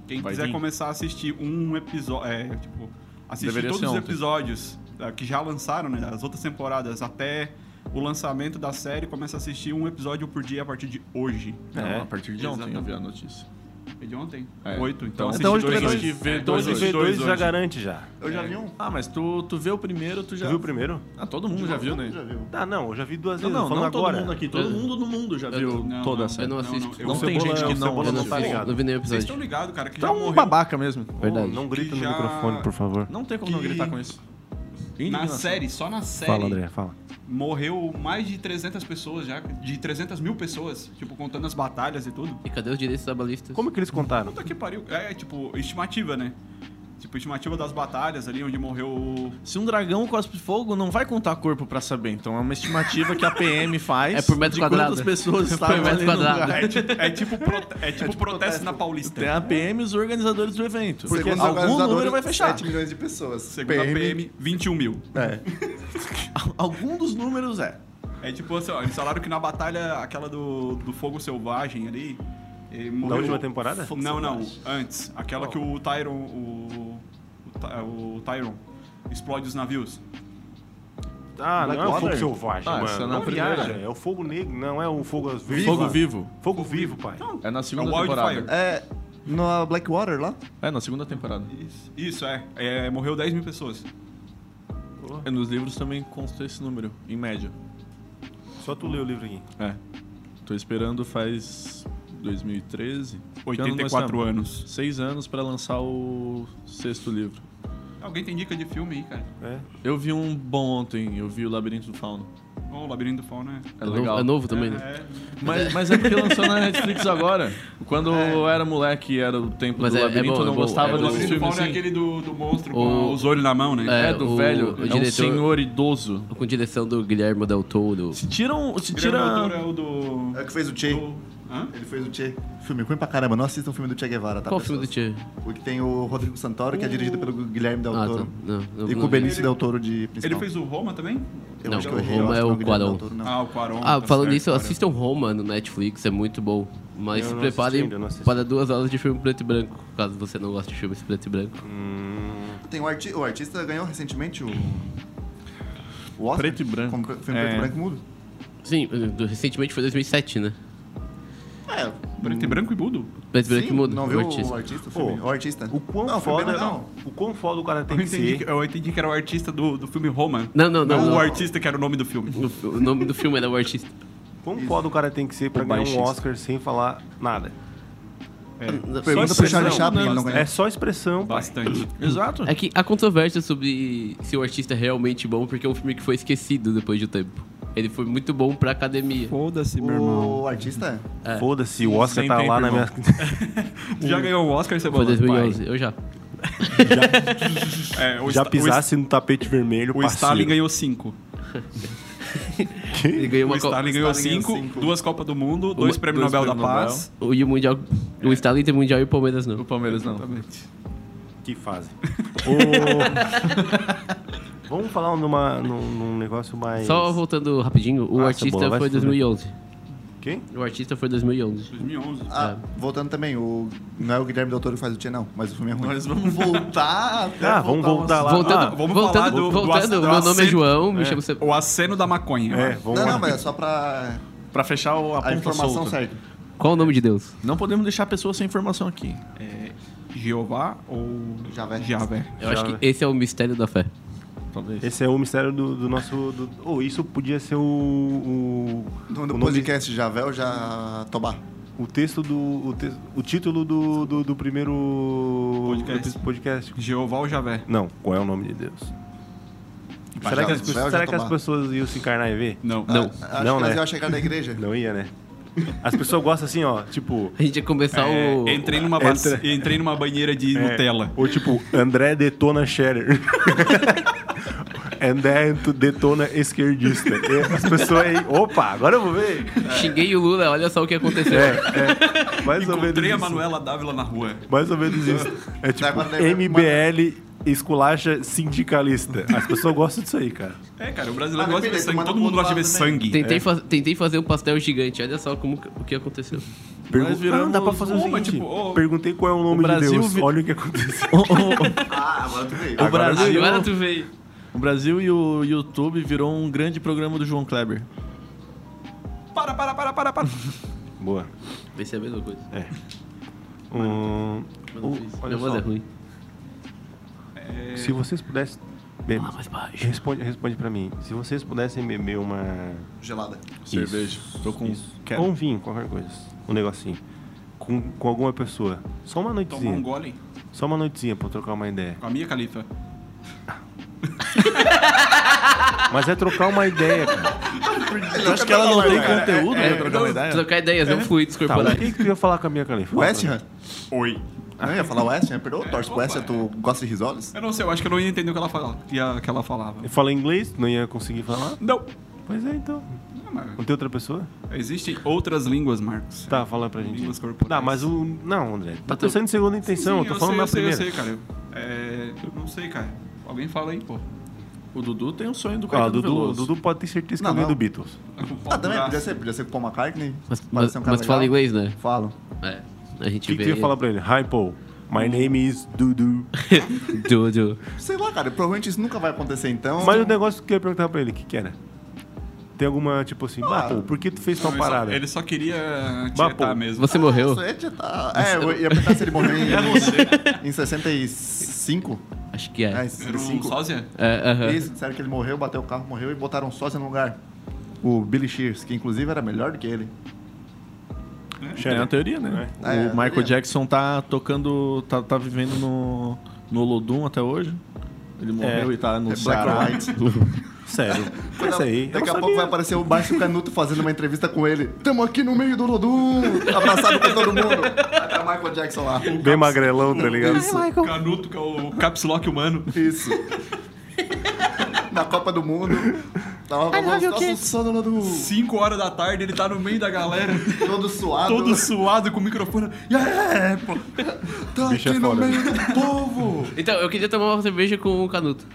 Speaker 4: quem
Speaker 3: Vai
Speaker 4: quiser
Speaker 3: vir.
Speaker 4: começar a assistir um episódio, é, tipo, assistir
Speaker 3: Deveria
Speaker 4: todos
Speaker 3: ser
Speaker 4: os
Speaker 3: ontem.
Speaker 4: episódios ah, que já lançaram, né, das outras temporadas até o lançamento da série, começa a assistir um episódio por dia a partir de hoje.
Speaker 3: Não,
Speaker 1: É,
Speaker 3: a partir de ontem eu
Speaker 4: exatamente.
Speaker 3: vi a notícia.
Speaker 4: É de ontem?
Speaker 3: É.
Speaker 4: Oito,
Speaker 3: Então,
Speaker 4: então, assiste
Speaker 3: então hoje tu
Speaker 4: dois,
Speaker 3: vê
Speaker 4: hoje.
Speaker 3: dois, vê
Speaker 4: É,
Speaker 3: dois
Speaker 1: Dois,
Speaker 4: hoje.
Speaker 1: dois, dois já
Speaker 4: hoje.
Speaker 1: garante já.
Speaker 2: Eu já vi um.
Speaker 3: Ah, mas tu, tu vê o primeiro, tu já...
Speaker 1: Tu viu o primeiro?
Speaker 3: Ah, todo mundo já viu, né?
Speaker 2: Já viu.
Speaker 1: Tá, não, eu já vi duas
Speaker 3: Não,
Speaker 1: vezes.
Speaker 3: não,
Speaker 1: falando
Speaker 3: não
Speaker 1: agora.
Speaker 3: todo mundo aqui. Todo
Speaker 5: Eu-
Speaker 3: mundo no mundo já
Speaker 5: eu-
Speaker 3: viu
Speaker 4: Não,
Speaker 3: toda
Speaker 4: não,
Speaker 3: essa.
Speaker 5: Eu não
Speaker 4: Não,
Speaker 5: assisto.
Speaker 4: não, eu-
Speaker 3: É. Não
Speaker 4: eu-
Speaker 3: tem
Speaker 1: Cebola-
Speaker 3: gente que não,
Speaker 1: Cebola
Speaker 5: Eu
Speaker 1: não
Speaker 5: não,
Speaker 1: tá
Speaker 5: vi-
Speaker 1: ligado.
Speaker 5: não vi nenhum
Speaker 4: Vocês estão
Speaker 5: episódio.
Speaker 4: ligados, cara, que
Speaker 3: Tu é
Speaker 4: já
Speaker 3: um
Speaker 4: morreu.
Speaker 3: babaca mesmo.
Speaker 1: Verdade.
Speaker 5: Verdade.
Speaker 1: não grita
Speaker 4: Que
Speaker 1: no
Speaker 4: já-
Speaker 1: microfone, por favor.
Speaker 3: Não tem como não
Speaker 4: Que-
Speaker 3: gritar com isso.
Speaker 4: Na
Speaker 3: Indignação.
Speaker 4: série, só na série,
Speaker 1: Fala, André, fala.
Speaker 4: morreu mais de 300 pessoas já, de 300 mil pessoas, tipo, contando as batalhas e tudo.
Speaker 5: E cadê os direitos trabalhistas?
Speaker 1: Como é que eles contaram?
Speaker 4: Puta que pariu. É, tipo, estimativa, né? Tipo, estimativa das batalhas ali, onde morreu o...
Speaker 3: Se um dragão cospe fogo, não vai contar corpo pra saber. Então é uma estimativa que a PM faz.
Speaker 5: É por metro
Speaker 3: de
Speaker 5: quadrado.
Speaker 3: Quantas pessoas
Speaker 5: É por
Speaker 3: estavam
Speaker 5: metro
Speaker 3: ali no
Speaker 5: quadrado.
Speaker 3: lugar.
Speaker 4: É tipo, é tipo, prote- é tipo protesto na Paulista.
Speaker 3: Tem a PM e os organizadores do evento.
Speaker 2: Porque
Speaker 3: algum número vai fechar.
Speaker 2: 7 milhões de pessoas.
Speaker 4: Segundo a PM, 21 mil.
Speaker 3: Algum dos números é.
Speaker 4: É tipo assim, ó, eles falaram que na batalha, aquela do, do Fogo Selvagem ali... ele
Speaker 1: Na
Speaker 4: morreu-
Speaker 1: última temporada?
Speaker 4: Fogo Não, não. Antes. Aquela que o Tyron... O, o, Ty- o Tyron explode os navios.
Speaker 1: Ah, não é o fogo
Speaker 3: Blackwater?
Speaker 1: selvagem,
Speaker 3: Ah,
Speaker 1: mano.
Speaker 3: essa é na
Speaker 1: Não
Speaker 3: primeira.
Speaker 1: viaja, É o fogo negro, não é o fogo às vezes.
Speaker 3: Fogo
Speaker 1: lá.
Speaker 3: vivo.
Speaker 1: Fogo vivo, pai.
Speaker 3: É na segunda
Speaker 4: É o
Speaker 3: temporada.
Speaker 4: Wildfire.
Speaker 2: É. Na Blackwater lá?
Speaker 3: É, na segunda temporada.
Speaker 4: Isso, isso é. é. Morreu 10 mil pessoas.
Speaker 3: É, nos livros também consta esse número, em média.
Speaker 1: Só tu lê o livro aqui.
Speaker 3: É. Tô esperando faz 2013. Que ano nós
Speaker 4: 84
Speaker 3: estamos?
Speaker 4: anos.
Speaker 3: Seis anos pra lançar o sexto livro.
Speaker 4: Alguém tem dica de filme aí, cara?
Speaker 1: É.
Speaker 3: Eu vi um bom ontem, eu vi o Labirinto do Fauno.
Speaker 4: Ó, o Labirinto do né? Fauna
Speaker 3: É
Speaker 5: É novo-
Speaker 3: legal.
Speaker 5: É novo também, né?
Speaker 4: É,
Speaker 3: Mas, mas é porque lançou na Netflix agora. Quando
Speaker 4: É.
Speaker 3: eu era moleque e era o tempo
Speaker 5: Mas
Speaker 3: do
Speaker 5: é- é
Speaker 3: Labirinto,
Speaker 5: bom,
Speaker 3: eu
Speaker 5: é
Speaker 3: não
Speaker 5: bom,
Speaker 3: gostava
Speaker 5: é
Speaker 4: O
Speaker 5: bom.
Speaker 3: dos
Speaker 4: Labirinto do
Speaker 3: filmes
Speaker 4: Fauno é
Speaker 3: assim.
Speaker 4: aquele do, do monstro com
Speaker 5: O-
Speaker 4: os olhos na mão, né?
Speaker 3: É,
Speaker 5: É,
Speaker 3: do
Speaker 5: o-
Speaker 3: velho.
Speaker 5: o
Speaker 3: é um
Speaker 5: diretor-
Speaker 3: senhor idoso.
Speaker 5: Com direção do Guilherme Del Toro.
Speaker 3: Se tiram... Se
Speaker 4: Tira...
Speaker 3: tira...
Speaker 4: é o do...
Speaker 2: É o que fez o Che.
Speaker 4: do... Hã?
Speaker 2: Ele fez o Che. Filme ruim pra caramba. Não assistam o filme do Che Guevara, tá?
Speaker 5: Qual o filme do
Speaker 2: pessoas?
Speaker 5: Tio?
Speaker 2: O que tem o Rodrigo Santoro, que é dirigido pelo Guilherme Del
Speaker 5: Ah,
Speaker 2: Toro.
Speaker 5: tá. Não, não-
Speaker 2: E com
Speaker 5: não
Speaker 2: o
Speaker 5: vi.
Speaker 2: Benício
Speaker 4: Ele-
Speaker 2: Del Toro de principal.
Speaker 4: Ele fez o Roma também?
Speaker 2: Eu
Speaker 5: Não,
Speaker 2: acho que
Speaker 5: o
Speaker 2: eu errei, eu
Speaker 5: Roma
Speaker 2: acho
Speaker 5: é
Speaker 2: que não
Speaker 5: o
Speaker 2: Guilherme
Speaker 5: Cuarón.
Speaker 2: Del Toro, não.
Speaker 4: Ah, o Quaron.
Speaker 5: Ah,
Speaker 4: tá
Speaker 5: falando
Speaker 4: certo,
Speaker 5: nisso,
Speaker 4: Quaron.
Speaker 5: assistam Roma no Netflix, é muito bom. Mas
Speaker 1: Eu
Speaker 5: se
Speaker 1: não assisti
Speaker 5: preparem
Speaker 1: ainda, eu não assisti.
Speaker 5: para duas horas de filme preto e branco, caso você não goste de filmes preto e branco.
Speaker 1: Hum,
Speaker 2: Tem o, arti- o artista ganhou recentemente o. O Oscar?
Speaker 3: Preto e branco.
Speaker 2: Como pre- filme
Speaker 3: É.
Speaker 5: eh,
Speaker 2: preto e branco mudo.
Speaker 5: Sim, do- recentemente foi 2007, né?
Speaker 2: É,
Speaker 4: Preto e branco e mudo?
Speaker 5: Mas branco
Speaker 2: Sim,
Speaker 5: muda.
Speaker 2: não viu o artista? O, filme?
Speaker 1: Pô,
Speaker 2: o artista.
Speaker 1: O quão,
Speaker 2: não, o filme é
Speaker 1: foda,
Speaker 2: legal.
Speaker 1: o quão foda o cara tem
Speaker 4: Eu
Speaker 1: que
Speaker 4: entendi,
Speaker 1: ser.
Speaker 4: que, é eu entendi que era o artista do, do filme Roma.
Speaker 5: Não, não, não,
Speaker 4: o
Speaker 5: não.
Speaker 4: artista que era o nome do filme.
Speaker 5: O, o nome do filme era o artista.
Speaker 1: Quão foda o cara tem que ser pra
Speaker 5: O
Speaker 1: ganhar um
Speaker 5: baixista.
Speaker 1: Oscar sem falar nada.
Speaker 2: Pergunta
Speaker 1: Só
Speaker 2: pro Charlie
Speaker 1: expressão,
Speaker 2: Chaplin, ele não
Speaker 1: É
Speaker 2: ganhou.
Speaker 1: só expressão, pai.
Speaker 4: Bastante.
Speaker 3: Exato.
Speaker 5: É que a controvérsia sobre se o artista é realmente bom, porque é um filme que foi esquecido depois de um tempo. Ele foi muito bom pra academia.
Speaker 4: Foda-se,
Speaker 2: O artista é.
Speaker 1: Foda-se, o Oscar
Speaker 4: Sem
Speaker 1: tá
Speaker 4: tempo,
Speaker 1: lá na minha.
Speaker 4: irmão. Tu já ganhou o Oscar, você
Speaker 5: Foi 2011, eu já.
Speaker 4: É, o
Speaker 1: Já
Speaker 4: Sta-
Speaker 1: pisasse no tapete vermelho,
Speaker 4: O, Sta- o
Speaker 1: parceiro.
Speaker 4: Stalin ganhou cinco.
Speaker 5: Ele ganhou
Speaker 4: O
Speaker 5: uma Copa.
Speaker 4: Stalin ganhou
Speaker 2: Stalin ganhou
Speaker 4: cinco,
Speaker 2: cinco.
Speaker 4: duas Copas do Mundo, dois
Speaker 3: Uma-
Speaker 4: prêmios
Speaker 3: dois
Speaker 4: Nobel da
Speaker 3: prêmios
Speaker 4: Paz.
Speaker 5: O, e o Mundial.
Speaker 2: É.
Speaker 5: O Stalin tem Mundial e o Palmeiras
Speaker 3: O
Speaker 5: não.
Speaker 3: Palmeiras não.
Speaker 4: é. Exatamente.
Speaker 1: Que fase. Ô, Vamos falar numa, num, num negócio mais.
Speaker 5: Só voltando rapidinho, o
Speaker 1: Ah, essa bola
Speaker 5: artista
Speaker 1: vai
Speaker 5: foi
Speaker 1: se fuder.
Speaker 5: 2011.
Speaker 1: Quem?
Speaker 5: O artista foi 2011.
Speaker 4: 2011.
Speaker 2: Ah,
Speaker 5: É.
Speaker 1: É.
Speaker 2: voltando também, o... não é o Guilherme Del Toro que faz o Tchê, não, mas o filme é ruim.
Speaker 3: Nós vamos voltar até
Speaker 1: Ah, vamos voltar lá.
Speaker 5: Voltando,
Speaker 1: Ah,
Speaker 4: vamos falar
Speaker 5: voltando,
Speaker 4: do- do
Speaker 5: voltando,
Speaker 4: ac- do
Speaker 5: meu nome é
Speaker 4: acento.
Speaker 5: João, me chamo Seb-
Speaker 4: O aceno da maconha.
Speaker 1: é, vamos
Speaker 2: Não,
Speaker 1: lá.
Speaker 2: não, mas é só pra
Speaker 3: Pra fechar o- a,
Speaker 2: a
Speaker 3: ponta
Speaker 2: informação
Speaker 3: solta.
Speaker 2: certa.
Speaker 5: Qual o nome de Deus?
Speaker 3: Não podemos deixar a pessoa sem informação aqui.
Speaker 4: É, Jeová ou
Speaker 2: Javé.
Speaker 4: Javé.
Speaker 5: Eu acho que esse é o mistério da fé.
Speaker 3: Talvez.
Speaker 1: Esse é o mistério do, do nosso. Do... Ou isso podia ser o. O,
Speaker 2: No, no
Speaker 1: o, nome-
Speaker 2: podcast Javel, já Tobá.
Speaker 1: o texto do. O, te- o título do, do, do primeiro.
Speaker 4: Podcast.
Speaker 1: do podcast.
Speaker 4: Jeová ou Javé?
Speaker 1: Não, qual é o nome de Deus?
Speaker 2: Vai,
Speaker 1: será que,
Speaker 2: já-
Speaker 1: as, pessoas-
Speaker 2: vai, já
Speaker 1: será que as
Speaker 2: tomar.
Speaker 1: pessoas iam se encarnar e ver?
Speaker 4: Não.
Speaker 1: Não,
Speaker 2: Acho
Speaker 1: não,
Speaker 2: que
Speaker 1: né?
Speaker 2: nós ia chegar na igreja.
Speaker 1: Não ia, né? As pessoas gostam assim, ó, tipo.
Speaker 5: A gente ia começar
Speaker 4: É,
Speaker 5: o.
Speaker 4: entrei, numa ba-
Speaker 1: Entra-
Speaker 4: entrei numa banheira de
Speaker 1: É,
Speaker 4: Nutella.
Speaker 1: Ou tipo, André detona Scherer. André detona esquerdista. E as pessoas aí, opa, agora eu vou ver.
Speaker 5: Xinguei o Lula, olha só o que aconteceu.
Speaker 1: É, é. Mais ou menos
Speaker 4: Encontrei a
Speaker 1: isso.
Speaker 4: Manuela Dávila na rua.
Speaker 1: Mais ou menos isso. É tipo,
Speaker 2: Agora daí vai-
Speaker 1: MBL esculacha sindicalista. As pessoas gostam disso aí, cara.
Speaker 4: É, cara, o brasileiro
Speaker 2: Ah,
Speaker 4: gosta de ver
Speaker 2: depende,
Speaker 4: sangue.
Speaker 2: manda
Speaker 4: Todo
Speaker 2: pro
Speaker 4: mundo gosta de ver
Speaker 2: outro lado também.
Speaker 4: sangue.
Speaker 5: Tentei, fa- tentei fazer um pastel gigante, olha só como, que- o que aconteceu.
Speaker 1: Pergu-
Speaker 3: Nós viramos
Speaker 1: Ah, dá pra fazer o
Speaker 4: uma,
Speaker 1: seguinte.
Speaker 4: tipo, ô,
Speaker 1: Perguntei qual é o nome de
Speaker 3: o Brasil
Speaker 1: Deus.
Speaker 3: vi-
Speaker 1: Olha o que aconteceu.
Speaker 2: Ah, agora tu veio.
Speaker 3: O Brasil,
Speaker 5: Agora tu veio.
Speaker 3: o Brasil e o YouTube virou um grande programa do João Kleber.
Speaker 4: Para, para, para, para, para.
Speaker 1: Boa.
Speaker 5: Vai ser a mesma coisa.
Speaker 1: Hum,
Speaker 5: Não
Speaker 1: o-
Speaker 5: fiz.
Speaker 1: olha
Speaker 5: Minha voz
Speaker 1: só,
Speaker 5: é ruim.
Speaker 1: se vocês pudessem... Ah, Bem,
Speaker 5: Fala mais baixo.
Speaker 1: responde, responde pra mim. Se vocês pudessem beber uma...
Speaker 2: Gelada.
Speaker 3: Cerveja. Tô com. Quero.
Speaker 1: Ou um vinho, qualquer coisa. Um negocinho. Com, com alguma pessoa. Só uma
Speaker 4: Tomar
Speaker 1: noitezinha.
Speaker 4: um gole
Speaker 1: Só uma noitezinha pra trocar uma ideia.
Speaker 4: com a minha califa.
Speaker 1: Mas é trocar uma ideia, cara.
Speaker 3: Eu acho que ela não tem
Speaker 2: Cara,
Speaker 3: conteúdo, né? Trocar uma ideia.
Speaker 5: Trocar ideias, não fluidos
Speaker 1: Tá, o
Speaker 5: corporais.
Speaker 1: que, que tu ia falar com a minha califa?
Speaker 2: West Ham?
Speaker 4: Oi.
Speaker 2: Não ia falar West Ham, perdoa? Torce pro West Ham, tu gosta de risoles?
Speaker 4: Eu não sei, eu acho que eu não ia entender o que ela, fala, que a- que ela falava.
Speaker 1: Eu falei inglês, não ia conseguir falar.
Speaker 4: Não.
Speaker 1: Pois é, então.
Speaker 4: Não, mas
Speaker 1: Não tem outra pessoa?
Speaker 4: Existem outras línguas, Marcos.
Speaker 1: Tá, fala pra gente.
Speaker 4: Línguas corporais.
Speaker 1: Tá, mas o... Não, André. Tá
Speaker 5: Mas tu-
Speaker 1: pensando em segunda intenção,
Speaker 4: Sim,
Speaker 1: eu tô falando
Speaker 4: sei,
Speaker 1: na
Speaker 4: eu sei,
Speaker 1: primeira.
Speaker 4: Eu sei, cara. É, eu não sei, cara. Alguém fala aí, pô.
Speaker 3: O Dudu tem um sonho do
Speaker 1: Ó,
Speaker 3: Caetano
Speaker 1: Ah, Dudu,
Speaker 3: Veloso.
Speaker 1: Dudu pode ter certeza que
Speaker 2: Não,
Speaker 1: alguém é do
Speaker 2: não.
Speaker 1: Beatles.
Speaker 2: Ah, também, podia ser, podia ser com o Paul McCartney.
Speaker 5: Mas,
Speaker 2: parece
Speaker 5: mas,
Speaker 2: ser um cara
Speaker 5: mas tu fala
Speaker 2: legal.
Speaker 5: inglês, né?
Speaker 2: Falo.
Speaker 5: É. A
Speaker 1: O
Speaker 5: gente
Speaker 1: que, que
Speaker 5: vê.
Speaker 1: tu ia falar pra ele? Hi, Paul.
Speaker 4: Hum.
Speaker 1: My name is Dudu.
Speaker 5: Dudu.
Speaker 2: Sei lá, cara, provavelmente isso nunca vai acontecer, então...
Speaker 1: Mas o negócio que eu ia perguntar pra ele, o que que era? Tem alguma, tipo assim, ah, pô, por que tu fez
Speaker 4: Não,
Speaker 1: tal
Speaker 4: ele, só,
Speaker 1: parada?
Speaker 4: ele só queria
Speaker 1: Bah,
Speaker 4: tietar
Speaker 1: pô,
Speaker 4: mesmo.
Speaker 5: Você morreu?
Speaker 2: Isso aí já tá... É, eu ia perguntar se ele morreu
Speaker 4: É
Speaker 2: em, em 65.
Speaker 5: Acho que é.
Speaker 2: É, em
Speaker 4: Era um
Speaker 2: 65.
Speaker 4: sósia?
Speaker 5: É, aham.
Speaker 2: Isso, disseram que ele morreu, bateu o carro, morreu e botaram um sócio no lugar. O Billy Shears, que inclusive era melhor do que ele.
Speaker 1: Xé,
Speaker 3: Tem uma teoria, né?
Speaker 2: É. É,
Speaker 3: o Michael
Speaker 2: teoria.
Speaker 3: Jackson tá tocando, tá, tá vivendo no, no Olodum até hoje. Ele morreu
Speaker 1: É.
Speaker 3: e tá no
Speaker 2: É
Speaker 3: Ceará.
Speaker 2: Black White.
Speaker 1: Sério. É isso aí. Eu
Speaker 2: Daqui a
Speaker 1: não
Speaker 2: pouco vai
Speaker 1: sabia.
Speaker 2: aparecer o Márcio Canuto fazendo uma entrevista com ele. Tamo aqui no meio do Lodum, abraçado com todo mundo. Aí tá o Michael Jackson lá.
Speaker 1: Bem magrelão, tá ligado?
Speaker 2: Isso,
Speaker 4: Canuto, que é o caps lock humano.
Speaker 2: isso. Na Copa do Mundo. Tava com o sono lá do
Speaker 4: 5 horas da tarde, ele tá no meio da galera,
Speaker 2: todo suado.
Speaker 4: todo suado com o microfone. Yeah, pô.
Speaker 2: tá
Speaker 1: Bicho é
Speaker 2: aqui no
Speaker 1: foda,
Speaker 2: meio do povo.
Speaker 5: Então, eu queria tomar uma cerveja com o Canuto.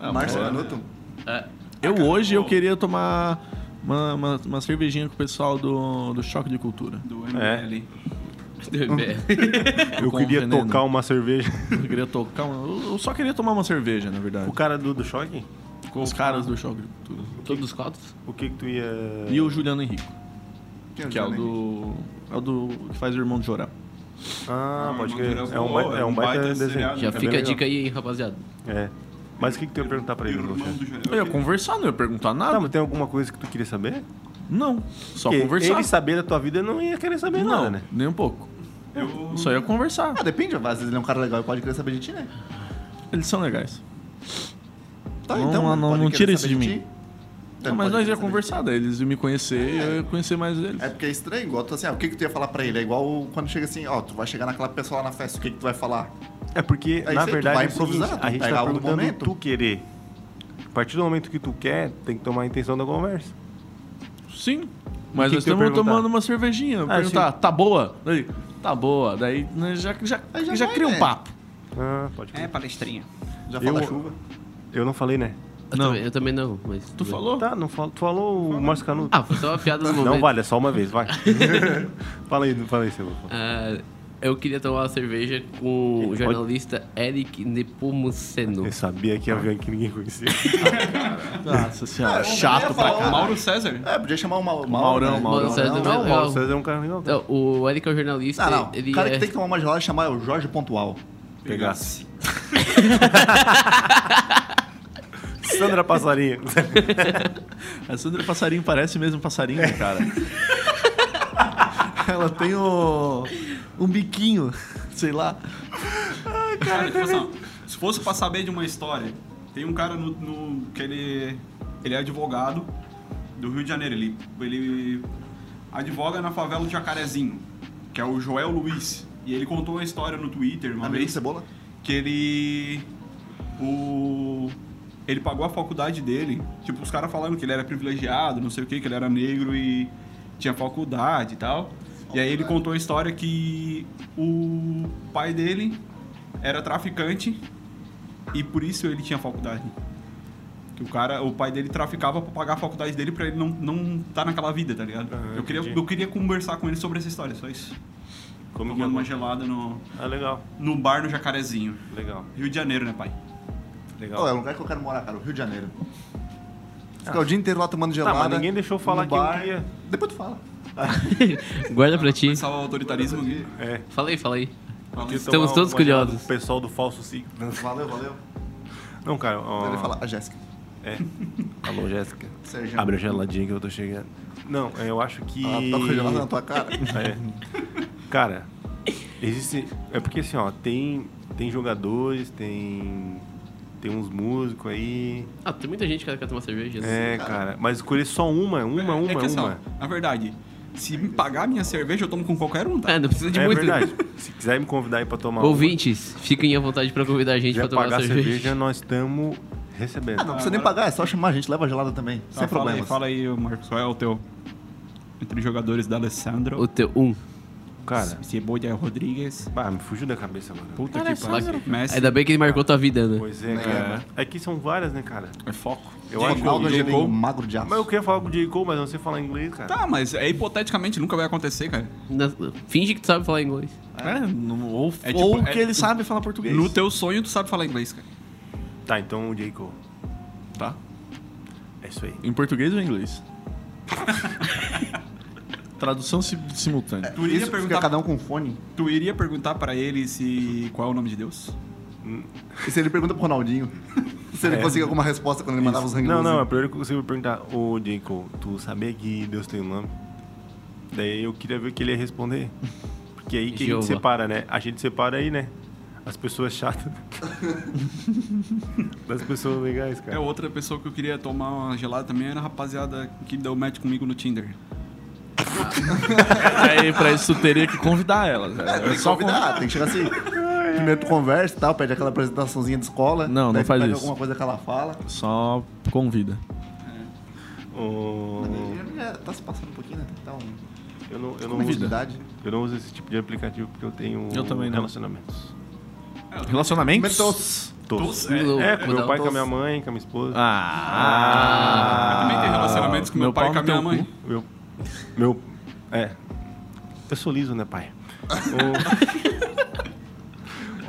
Speaker 3: É,
Speaker 2: Márcio Canuto.
Speaker 5: É.
Speaker 3: Eu hoje eu queria tomar uma, uma, uma cervejinha com o pessoal do, do Choque de Cultura.
Speaker 4: Do ML.
Speaker 5: É.
Speaker 1: Eu
Speaker 3: Com
Speaker 1: queria
Speaker 3: veneno.
Speaker 1: tocar uma cerveja.
Speaker 3: Eu queria tocar uma, eu- Eu só queria tomar uma cerveja, na verdade.
Speaker 1: O cara do, do choque?
Speaker 3: Com os caras do Choque de Cultura.
Speaker 5: Todos os cotos?
Speaker 1: O que que tu ia...
Speaker 3: E o Juliano Henrique.
Speaker 2: Quem
Speaker 3: Que é o
Speaker 2: Johnny Henry?
Speaker 3: do. É o do. que faz o irmão de chorar.
Speaker 1: Ah,
Speaker 4: Ah,
Speaker 1: pode
Speaker 4: Irmão
Speaker 1: crer.
Speaker 4: do Jorel
Speaker 1: É um,
Speaker 4: Boa,
Speaker 1: ba- é um baita, desenho.
Speaker 4: seriado.
Speaker 5: Já
Speaker 4: É bem
Speaker 5: fica a
Speaker 1: legal.
Speaker 5: dica aí, hein, rapaziada.
Speaker 1: É. Mas o que, que tu ia perguntar pra ele?
Speaker 4: Irmão
Speaker 1: Rocha?
Speaker 4: do Jorel.
Speaker 3: Eu ia conversar, não ia perguntar
Speaker 1: Não,
Speaker 3: nada.
Speaker 1: mas tem alguma coisa que tu queria saber?
Speaker 3: Não, só
Speaker 1: Porque
Speaker 3: conversar.
Speaker 1: Ele saber da tua vida não ia querer saber
Speaker 3: Não,
Speaker 1: nada, né?
Speaker 3: nem um pouco.
Speaker 4: Eu-
Speaker 3: Só ia conversar.
Speaker 2: Ah, depende, às vezes ele é um cara legal e pode querer saber de ti, né?
Speaker 3: Eles são legais.
Speaker 2: Tá,
Speaker 3: Não,
Speaker 2: então.
Speaker 3: não,
Speaker 2: ele
Speaker 3: não,
Speaker 2: pode
Speaker 3: não
Speaker 2: querer
Speaker 3: tira isso
Speaker 2: saber
Speaker 3: de mim.
Speaker 2: ti. Então,
Speaker 3: Não,
Speaker 2: ele
Speaker 3: mas
Speaker 2: pode
Speaker 3: nós ia
Speaker 2: querer saber de ti.
Speaker 3: conversar, daí eles iam me conhecer e eu ia conhecer mais eles.
Speaker 2: É porque é estranho, igual tu assim, ah, o que, que tu ia falar pra ele? É igual quando chega assim, ó, tu vai chegar naquela pessoa lá na festa, o que, que tu vai falar?
Speaker 1: É porque,
Speaker 2: Aí
Speaker 1: na
Speaker 2: você- tu
Speaker 1: verdade,
Speaker 2: vai
Speaker 1: é o seguinte,
Speaker 2: improvisar, tu
Speaker 1: a gente
Speaker 2: pega
Speaker 1: tá
Speaker 2: algo do
Speaker 1: perguntando
Speaker 2: momento.
Speaker 1: tu querer. A partir do momento que tu quer, tem que tomar a intenção da conversa.
Speaker 3: Sim. Mas
Speaker 1: que
Speaker 3: nós
Speaker 1: que eu ia
Speaker 3: estamos
Speaker 1: perguntar?
Speaker 3: tomando uma cervejinha. Eu
Speaker 1: Ah,
Speaker 3: perguntar, tá boa? Daí, tá boa. Daí né, já, já,
Speaker 2: Aí
Speaker 3: já,
Speaker 2: já vai,
Speaker 3: cria um
Speaker 2: né?
Speaker 3: papo.
Speaker 1: Ah, pode crer.
Speaker 4: É, palestrinha.
Speaker 2: Já fala
Speaker 1: Eu-
Speaker 2: da chuva.
Speaker 1: Eu não falei, né?
Speaker 5: Eu,
Speaker 3: Não.
Speaker 5: Também, eu também não, mas.
Speaker 3: Tu falou?
Speaker 1: Tá, não fal... tu falou o Márcio Canuto.
Speaker 5: Ah, foi só uma piada no momento.
Speaker 1: não vale, é só uma vez, vai. fala aí, fala aí, seu Lucas.
Speaker 5: Ah, eu queria tomar uma cerveja com o
Speaker 1: Pode-
Speaker 5: jornalista Eric Nepomuceno.
Speaker 1: Eu sabia que ia vir aqui ninguém conhecia.
Speaker 3: Nossa senhora,
Speaker 2: Ah, eu
Speaker 3: chato
Speaker 2: ia
Speaker 3: pra
Speaker 2: falar,
Speaker 3: caralho.
Speaker 4: Mauro César.
Speaker 2: É, podia chamar o Mau- Mauro.
Speaker 3: Maurão,
Speaker 2: né?
Speaker 3: Maurão.
Speaker 5: Mauro César também.
Speaker 1: Não, o Mauro
Speaker 5: eu-
Speaker 1: César é um cara legal. cara.
Speaker 5: Não, o Eric é o jornalista.
Speaker 2: Não, Ah, não.
Speaker 5: Ele
Speaker 2: o cara
Speaker 5: é...
Speaker 2: que tem que tomar uma gelada e chamar é o Jorge Pontual.
Speaker 1: Pegasse. Sandra Passarinho.
Speaker 3: A É, Sandra Passarinho parece mesmo passarinho, cara. Ela tem o, um biquinho, sei lá.
Speaker 4: Cara, tipo assim, ó, se fosse pra saber de uma história, tem um cara no, no- que ele, ele é advogado do Rio de Janeiro. Ele, ele advoga na favela do Jacarezinho, que é o Joel Luiz. E ele contou uma história no Twitter uma
Speaker 2: Amigo de
Speaker 4: vez
Speaker 2: Cebola.
Speaker 4: que ele. O. Ele pagou a faculdade dele. Tipo, os caras falando que ele era privilegiado, não sei o que, que ele era negro e tinha faculdade e tal. E aí ele contou a história que o pai dele era traficante e por isso ele tinha faculdade. Que o cara, o pai dele traficava pra pagar a faculdade dele pra ele não não tá naquela vida, tá ligado?
Speaker 1: Ah,
Speaker 4: eu, queria,
Speaker 1: entendi.
Speaker 4: eu queria conversar com ele sobre essa história, só isso.
Speaker 1: Como que é?
Speaker 4: Tomando uma
Speaker 1: o nome?
Speaker 4: gelada no,
Speaker 1: Ah, legal,
Speaker 4: no bar no Jacarezinho.
Speaker 1: legal,
Speaker 4: Rio de Janeiro, né, pai?
Speaker 1: legal.
Speaker 2: Ó, é um lugar que eu quero morar, cara. o Rio de Janeiro.
Speaker 3: Ah.
Speaker 2: Ficar o dia inteiro lá tomando
Speaker 1: Tá,
Speaker 2: gelada.
Speaker 1: mas ninguém deixou eu falar um
Speaker 2: no
Speaker 1: que eu
Speaker 2: bar.
Speaker 1: queria.
Speaker 2: Depois tu fala.
Speaker 5: Guarda pra ti.
Speaker 4: Começar o autoritarismo aqui.
Speaker 1: É.
Speaker 5: Fala aí, fala aí.
Speaker 4: Fala
Speaker 1: queria
Speaker 4: isso.
Speaker 5: Estamos
Speaker 1: tomar
Speaker 5: todos
Speaker 1: uma gelada
Speaker 5: curiosos.
Speaker 1: com O pessoal do falso ciclo.
Speaker 2: Valeu, valeu.
Speaker 1: Não, cara. ó,
Speaker 2: Ele fala, a Jéssica.
Speaker 1: É. Alô, Jéssica.
Speaker 2: Sérgio.
Speaker 1: Abre a geladinha que eu tô chegando. Não, é, eu acho que.
Speaker 2: Ela toca gelada na tua cara.
Speaker 1: É. Cara, existe. É porque assim, ó, tem, tem jogadores, tem. Tem uns músicos aí.
Speaker 5: Ah, tem muita gente que quer tomar cerveja. né?
Speaker 1: É, cara. Mas escolher só uma, uma, uma,
Speaker 4: é que, assim, ó,
Speaker 1: uma.
Speaker 4: Na verdade, se me pagar minha cerveja, eu tomo com qualquer um, tá?
Speaker 5: Ah, não precisa de
Speaker 1: É
Speaker 5: muito.
Speaker 1: verdade. Se quiser me convidar aí pra tomar
Speaker 5: Ouvintes, fiquem à vontade pra convidar a gente
Speaker 1: uma. Se quiser
Speaker 5: pra tomar
Speaker 1: pagar
Speaker 5: cerveja.
Speaker 1: cerveja, nós estamos recebendo.
Speaker 2: Ah, não precisa nem
Speaker 4: agora-
Speaker 2: pagar, é só chamar a gente, leva a gelada também.
Speaker 4: Tá,
Speaker 2: sem
Speaker 4: fala aí,
Speaker 2: problemas.
Speaker 4: fala aí, Marcos, qual é o teu? Entre os jogadores da Alessandro,
Speaker 5: O teu um.
Speaker 1: Cara,
Speaker 4: Cebolla Rodrigues,
Speaker 1: bah, me fugiu da cabeça agora.
Speaker 4: puta que pariu, Messi,
Speaker 5: Ainda bem que ele marcou tua vida, né?
Speaker 1: Pois é, cara. Aqui são várias, né, cara?
Speaker 4: é foco.
Speaker 1: Eu acho
Speaker 2: Ronaldo
Speaker 1: que o J.
Speaker 2: Angelim,
Speaker 1: Cole-
Speaker 2: magro de aço.
Speaker 1: Mas eu queria falar com o J. Cole, mas eu não sei falar inglês, cara.
Speaker 4: Tá, mas é hipoteticamente, nunca vai acontecer, cara.
Speaker 5: Na- Finge que tu sabe falar inglês.
Speaker 3: É, não- ou,
Speaker 4: É tipo-
Speaker 3: ou
Speaker 4: é-
Speaker 3: que ele sabe falar português.
Speaker 4: No teu sonho, tu sabe falar inglês, cara.
Speaker 1: Tá, então o J. Cole.
Speaker 3: Tá.
Speaker 1: É isso aí.
Speaker 3: Em português ou em inglês? Tradução si- simultânea.
Speaker 4: Tu iria,
Speaker 2: Isso fica
Speaker 4: perguntar,
Speaker 2: cada um com fone.
Speaker 4: tu iria perguntar pra ele se qual é o nome de Deus?
Speaker 2: E se ele pergunta pro Ronaldinho, se ele
Speaker 1: É.
Speaker 2: conseguir alguma resposta quando ele mandava os
Speaker 1: Não,
Speaker 2: hangouts.
Speaker 1: não, é primeiro que você me perguntar, ô J. Cole, tu sabia que Deus tem um nome? Daí eu queria ver o que ele ia responder. Porque é aí que a
Speaker 5: Jeová.
Speaker 1: gente separa, né? A gente separa aí, né? As pessoas chatas. das pessoas legais,
Speaker 4: É
Speaker 1: cara.
Speaker 4: outra pessoa que eu queria tomar uma gelada também era a rapaziada que deu match comigo no Tinder.
Speaker 3: Aí, pra isso, tu teria que convidar ela.
Speaker 2: Tem
Speaker 3: É,
Speaker 2: que convidar, tem que chegar assim. Primeiro tu conversa e tal, pede aquela apresentaçãozinha de escola.
Speaker 3: Não, não
Speaker 2: daí tu
Speaker 3: faz
Speaker 2: pega
Speaker 3: isso.
Speaker 2: alguma coisa que ela fala.
Speaker 3: Só convida.
Speaker 1: Ô,
Speaker 2: Já Tá se passando um pouquinho, né? Tem que dar um...
Speaker 1: eu, não, eu, não uso,
Speaker 2: Convididade.
Speaker 1: eu não uso esse tipo de aplicativo porque eu tenho
Speaker 3: é Eu também não.
Speaker 1: relacionamentos.
Speaker 3: Relacionamentos?
Speaker 2: Mentos.
Speaker 1: Todos.
Speaker 5: Louco,
Speaker 1: É, com
Speaker 5: dá
Speaker 1: meu
Speaker 5: um
Speaker 1: pai, com a
Speaker 5: tos.
Speaker 1: minha mãe, com a minha esposa.
Speaker 3: Ah!
Speaker 4: Também tem relacionamentos com meu, pai e
Speaker 3: pau
Speaker 4: com a
Speaker 3: no
Speaker 4: minha
Speaker 3: teu
Speaker 4: mãe.
Speaker 3: cu.
Speaker 1: Meu. Meu. É. Eu sou liso, né, pai? Ô,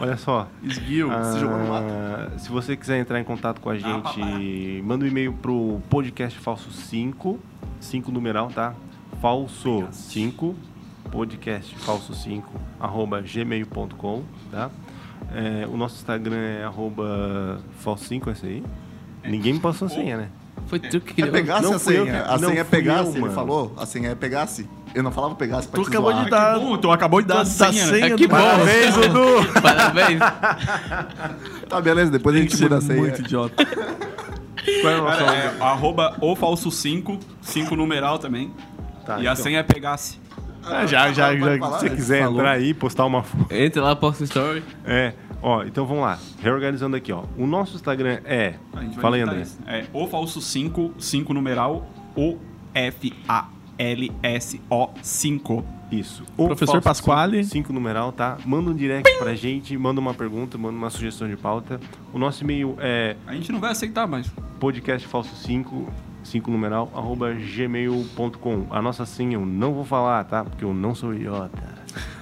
Speaker 1: Olha só.
Speaker 3: Esguio,
Speaker 1: ah,
Speaker 3: se jogou no mato.
Speaker 1: se você quiser entrar em contato
Speaker 2: Ah,
Speaker 1: com a gente, manda um e-mail pro podcast falso 5, 5 numeral, tá? falso 5, podcast falso 5, arroba gmail.com, tá? É, o nosso Instagram é arroba falso 5, esse aí. Ninguém me passou a senha, né?
Speaker 5: Foi tu que
Speaker 2: É
Speaker 5: criou.
Speaker 2: pegasse
Speaker 1: Não
Speaker 2: a
Speaker 1: fui eu
Speaker 2: senha.
Speaker 1: que-
Speaker 2: A
Speaker 1: não
Speaker 2: senha é
Speaker 1: fui
Speaker 2: pegasse,
Speaker 1: eu,
Speaker 2: ele
Speaker 1: mano.
Speaker 2: falou. A senha é pegasse. Eu não falava pegasse pra
Speaker 3: Tu
Speaker 2: te
Speaker 3: acabou
Speaker 2: zoar.
Speaker 3: de dar.
Speaker 4: Ah, que bom, tu acabou de dar
Speaker 3: a
Speaker 4: a senha, né?
Speaker 5: É que
Speaker 3: do-
Speaker 5: bom.
Speaker 1: Parabéns, Dudu!
Speaker 5: Parabéns.
Speaker 2: Tá, beleza. Depois a
Speaker 3: Tem que
Speaker 2: gente
Speaker 3: ser
Speaker 2: muda a senha.
Speaker 3: muito idiota.
Speaker 1: Qual é o nosso
Speaker 4: Cara, é arroba ou falso 5, 5 numeral também.
Speaker 1: Tá,
Speaker 4: e
Speaker 1: então.
Speaker 4: a senha é pegasse.
Speaker 1: Ah, já, já,
Speaker 2: Pode
Speaker 1: já.
Speaker 2: falar,
Speaker 1: Se você
Speaker 2: né?
Speaker 1: quiser
Speaker 3: Falou.
Speaker 1: entrar aí, postar uma foto.
Speaker 5: Entra lá, posta story.
Speaker 1: É, ó, então vamos lá. Reorganizando aqui, ó. O nosso Instagram é.
Speaker 4: A gente vai
Speaker 1: Fala aí,
Speaker 4: editar
Speaker 1: André.
Speaker 4: isso. É o falso 5, 5 numeral, o F A L S O 5.
Speaker 1: Isso. O
Speaker 3: Professor
Speaker 1: Fausto
Speaker 3: Pasquale.
Speaker 1: 5 numeral, tá? Manda um direct pra gente, manda uma pergunta, manda uma sugestão de pauta. O nosso e-mail é
Speaker 4: A gente não vai aceitar mais.
Speaker 1: podcastfalso5, 5 numeral, arroba gmail.com. A nossa senha eu não vou falar, tá? Porque eu não sou idiota.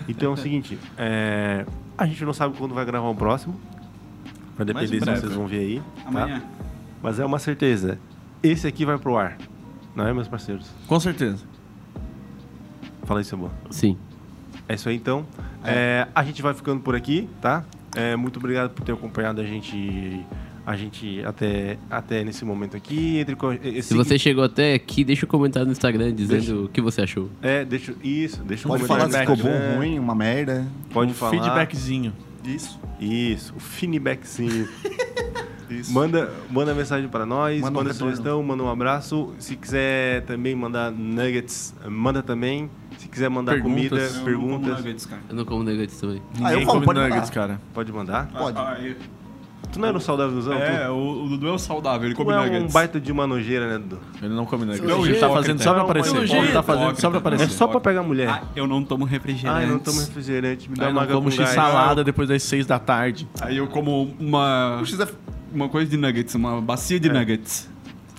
Speaker 1: Então é o seguinte, é, a gente não sabe quando vai gravar o próximo. Vai
Speaker 4: Mas em
Speaker 1: depender se
Speaker 4: breve.
Speaker 1: vocês vão ver aí. tá?
Speaker 4: Amanhã.
Speaker 1: Mas é uma certeza. Esse aqui vai pro ar. Não é, meus parceiros?
Speaker 3: Com certeza.
Speaker 1: Fala isso, boa.
Speaker 5: Sim.
Speaker 1: É isso aí, então. É, a gente vai ficando por aqui, tá? É, muito obrigado por ter acompanhado a gente, a gente até, até nesse momento aqui. Entre, co- esse,
Speaker 5: Se você chegou até aqui, deixa um comentário no Instagram dizendo
Speaker 1: Deixa.
Speaker 5: o que você achou.
Speaker 1: É, deixa... Isso, deixa
Speaker 2: Pode
Speaker 1: um
Speaker 2: falar se
Speaker 1: comentário no
Speaker 2: ficou bom,
Speaker 1: Instagram.
Speaker 2: ruim, uma merda.
Speaker 1: Pode
Speaker 3: Um
Speaker 1: falar.
Speaker 3: Feedbackzinho.
Speaker 2: Isso.
Speaker 1: Isso, o feedbackzinho.
Speaker 2: Isso.
Speaker 1: manda, manda mensagem pra nós,
Speaker 2: Manda um
Speaker 1: manda,
Speaker 2: retorno.
Speaker 1: sugestão, manda um abraço. Se quiser também mandar nuggets, manda também. Se quiser mandar
Speaker 3: Perguntas.
Speaker 1: comida,
Speaker 3: Eu
Speaker 4: Eu não como
Speaker 1: perguntas,
Speaker 4: nuggets, cara.
Speaker 5: Eu não como nuggets também.
Speaker 2: Ah, eu
Speaker 3: Ninguém
Speaker 2: falo,
Speaker 3: come
Speaker 2: pode
Speaker 3: nuggets,
Speaker 2: mandar.
Speaker 3: cara.
Speaker 1: pode mandar.
Speaker 2: Pode.
Speaker 4: Ah, ah, eu-
Speaker 1: Tu não era um saudávelzão?
Speaker 4: é,
Speaker 1: tu?
Speaker 4: o, o Dudu é o saudável, ele
Speaker 1: Tu
Speaker 4: come
Speaker 1: é um
Speaker 4: nuggets.
Speaker 1: baita de uma nojeira, né, Dudu?
Speaker 3: Ele não come nuggets.
Speaker 4: Não,
Speaker 3: ele tá
Speaker 4: hipócrita.
Speaker 3: fazendo só pra
Speaker 1: Não,
Speaker 3: aparecer.
Speaker 1: mas
Speaker 3: Ele tá
Speaker 4: hipócrita.
Speaker 3: fazendo só pra
Speaker 1: É
Speaker 3: aparecer.
Speaker 1: só pra pegar mulher.
Speaker 4: Ah, eu não tomo refrigerante.
Speaker 1: Ah, eu não tomo refrigerante, me dá
Speaker 3: Aí
Speaker 1: é uma
Speaker 3: não
Speaker 1: água
Speaker 3: como
Speaker 1: com gás.
Speaker 3: x-salada depois das seis da tarde.
Speaker 4: Aí eu como uma,
Speaker 2: O XF
Speaker 4: uma coisa de nuggets, uma bacia
Speaker 1: É.
Speaker 4: de nuggets.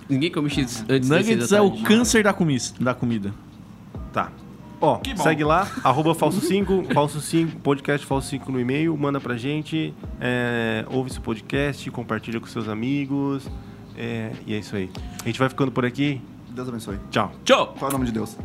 Speaker 5: Ninguém come X antes das seis
Speaker 3: Nuggets
Speaker 5: da
Speaker 3: é o
Speaker 5: tarde.
Speaker 3: câncer da, comis- da comida.
Speaker 1: Tá. Ó,
Speaker 4: Que bom.
Speaker 1: segue lá, arroba falso 5, falso 5, podcast falso 5 no e-mail, manda pra gente, é, ouve esse podcast, compartilha com seus amigos, é, e é isso aí. A gente vai ficando por aqui,
Speaker 2: Deus abençoe.
Speaker 1: tchau.
Speaker 5: Tchau!
Speaker 2: Qual é o nome de Deus?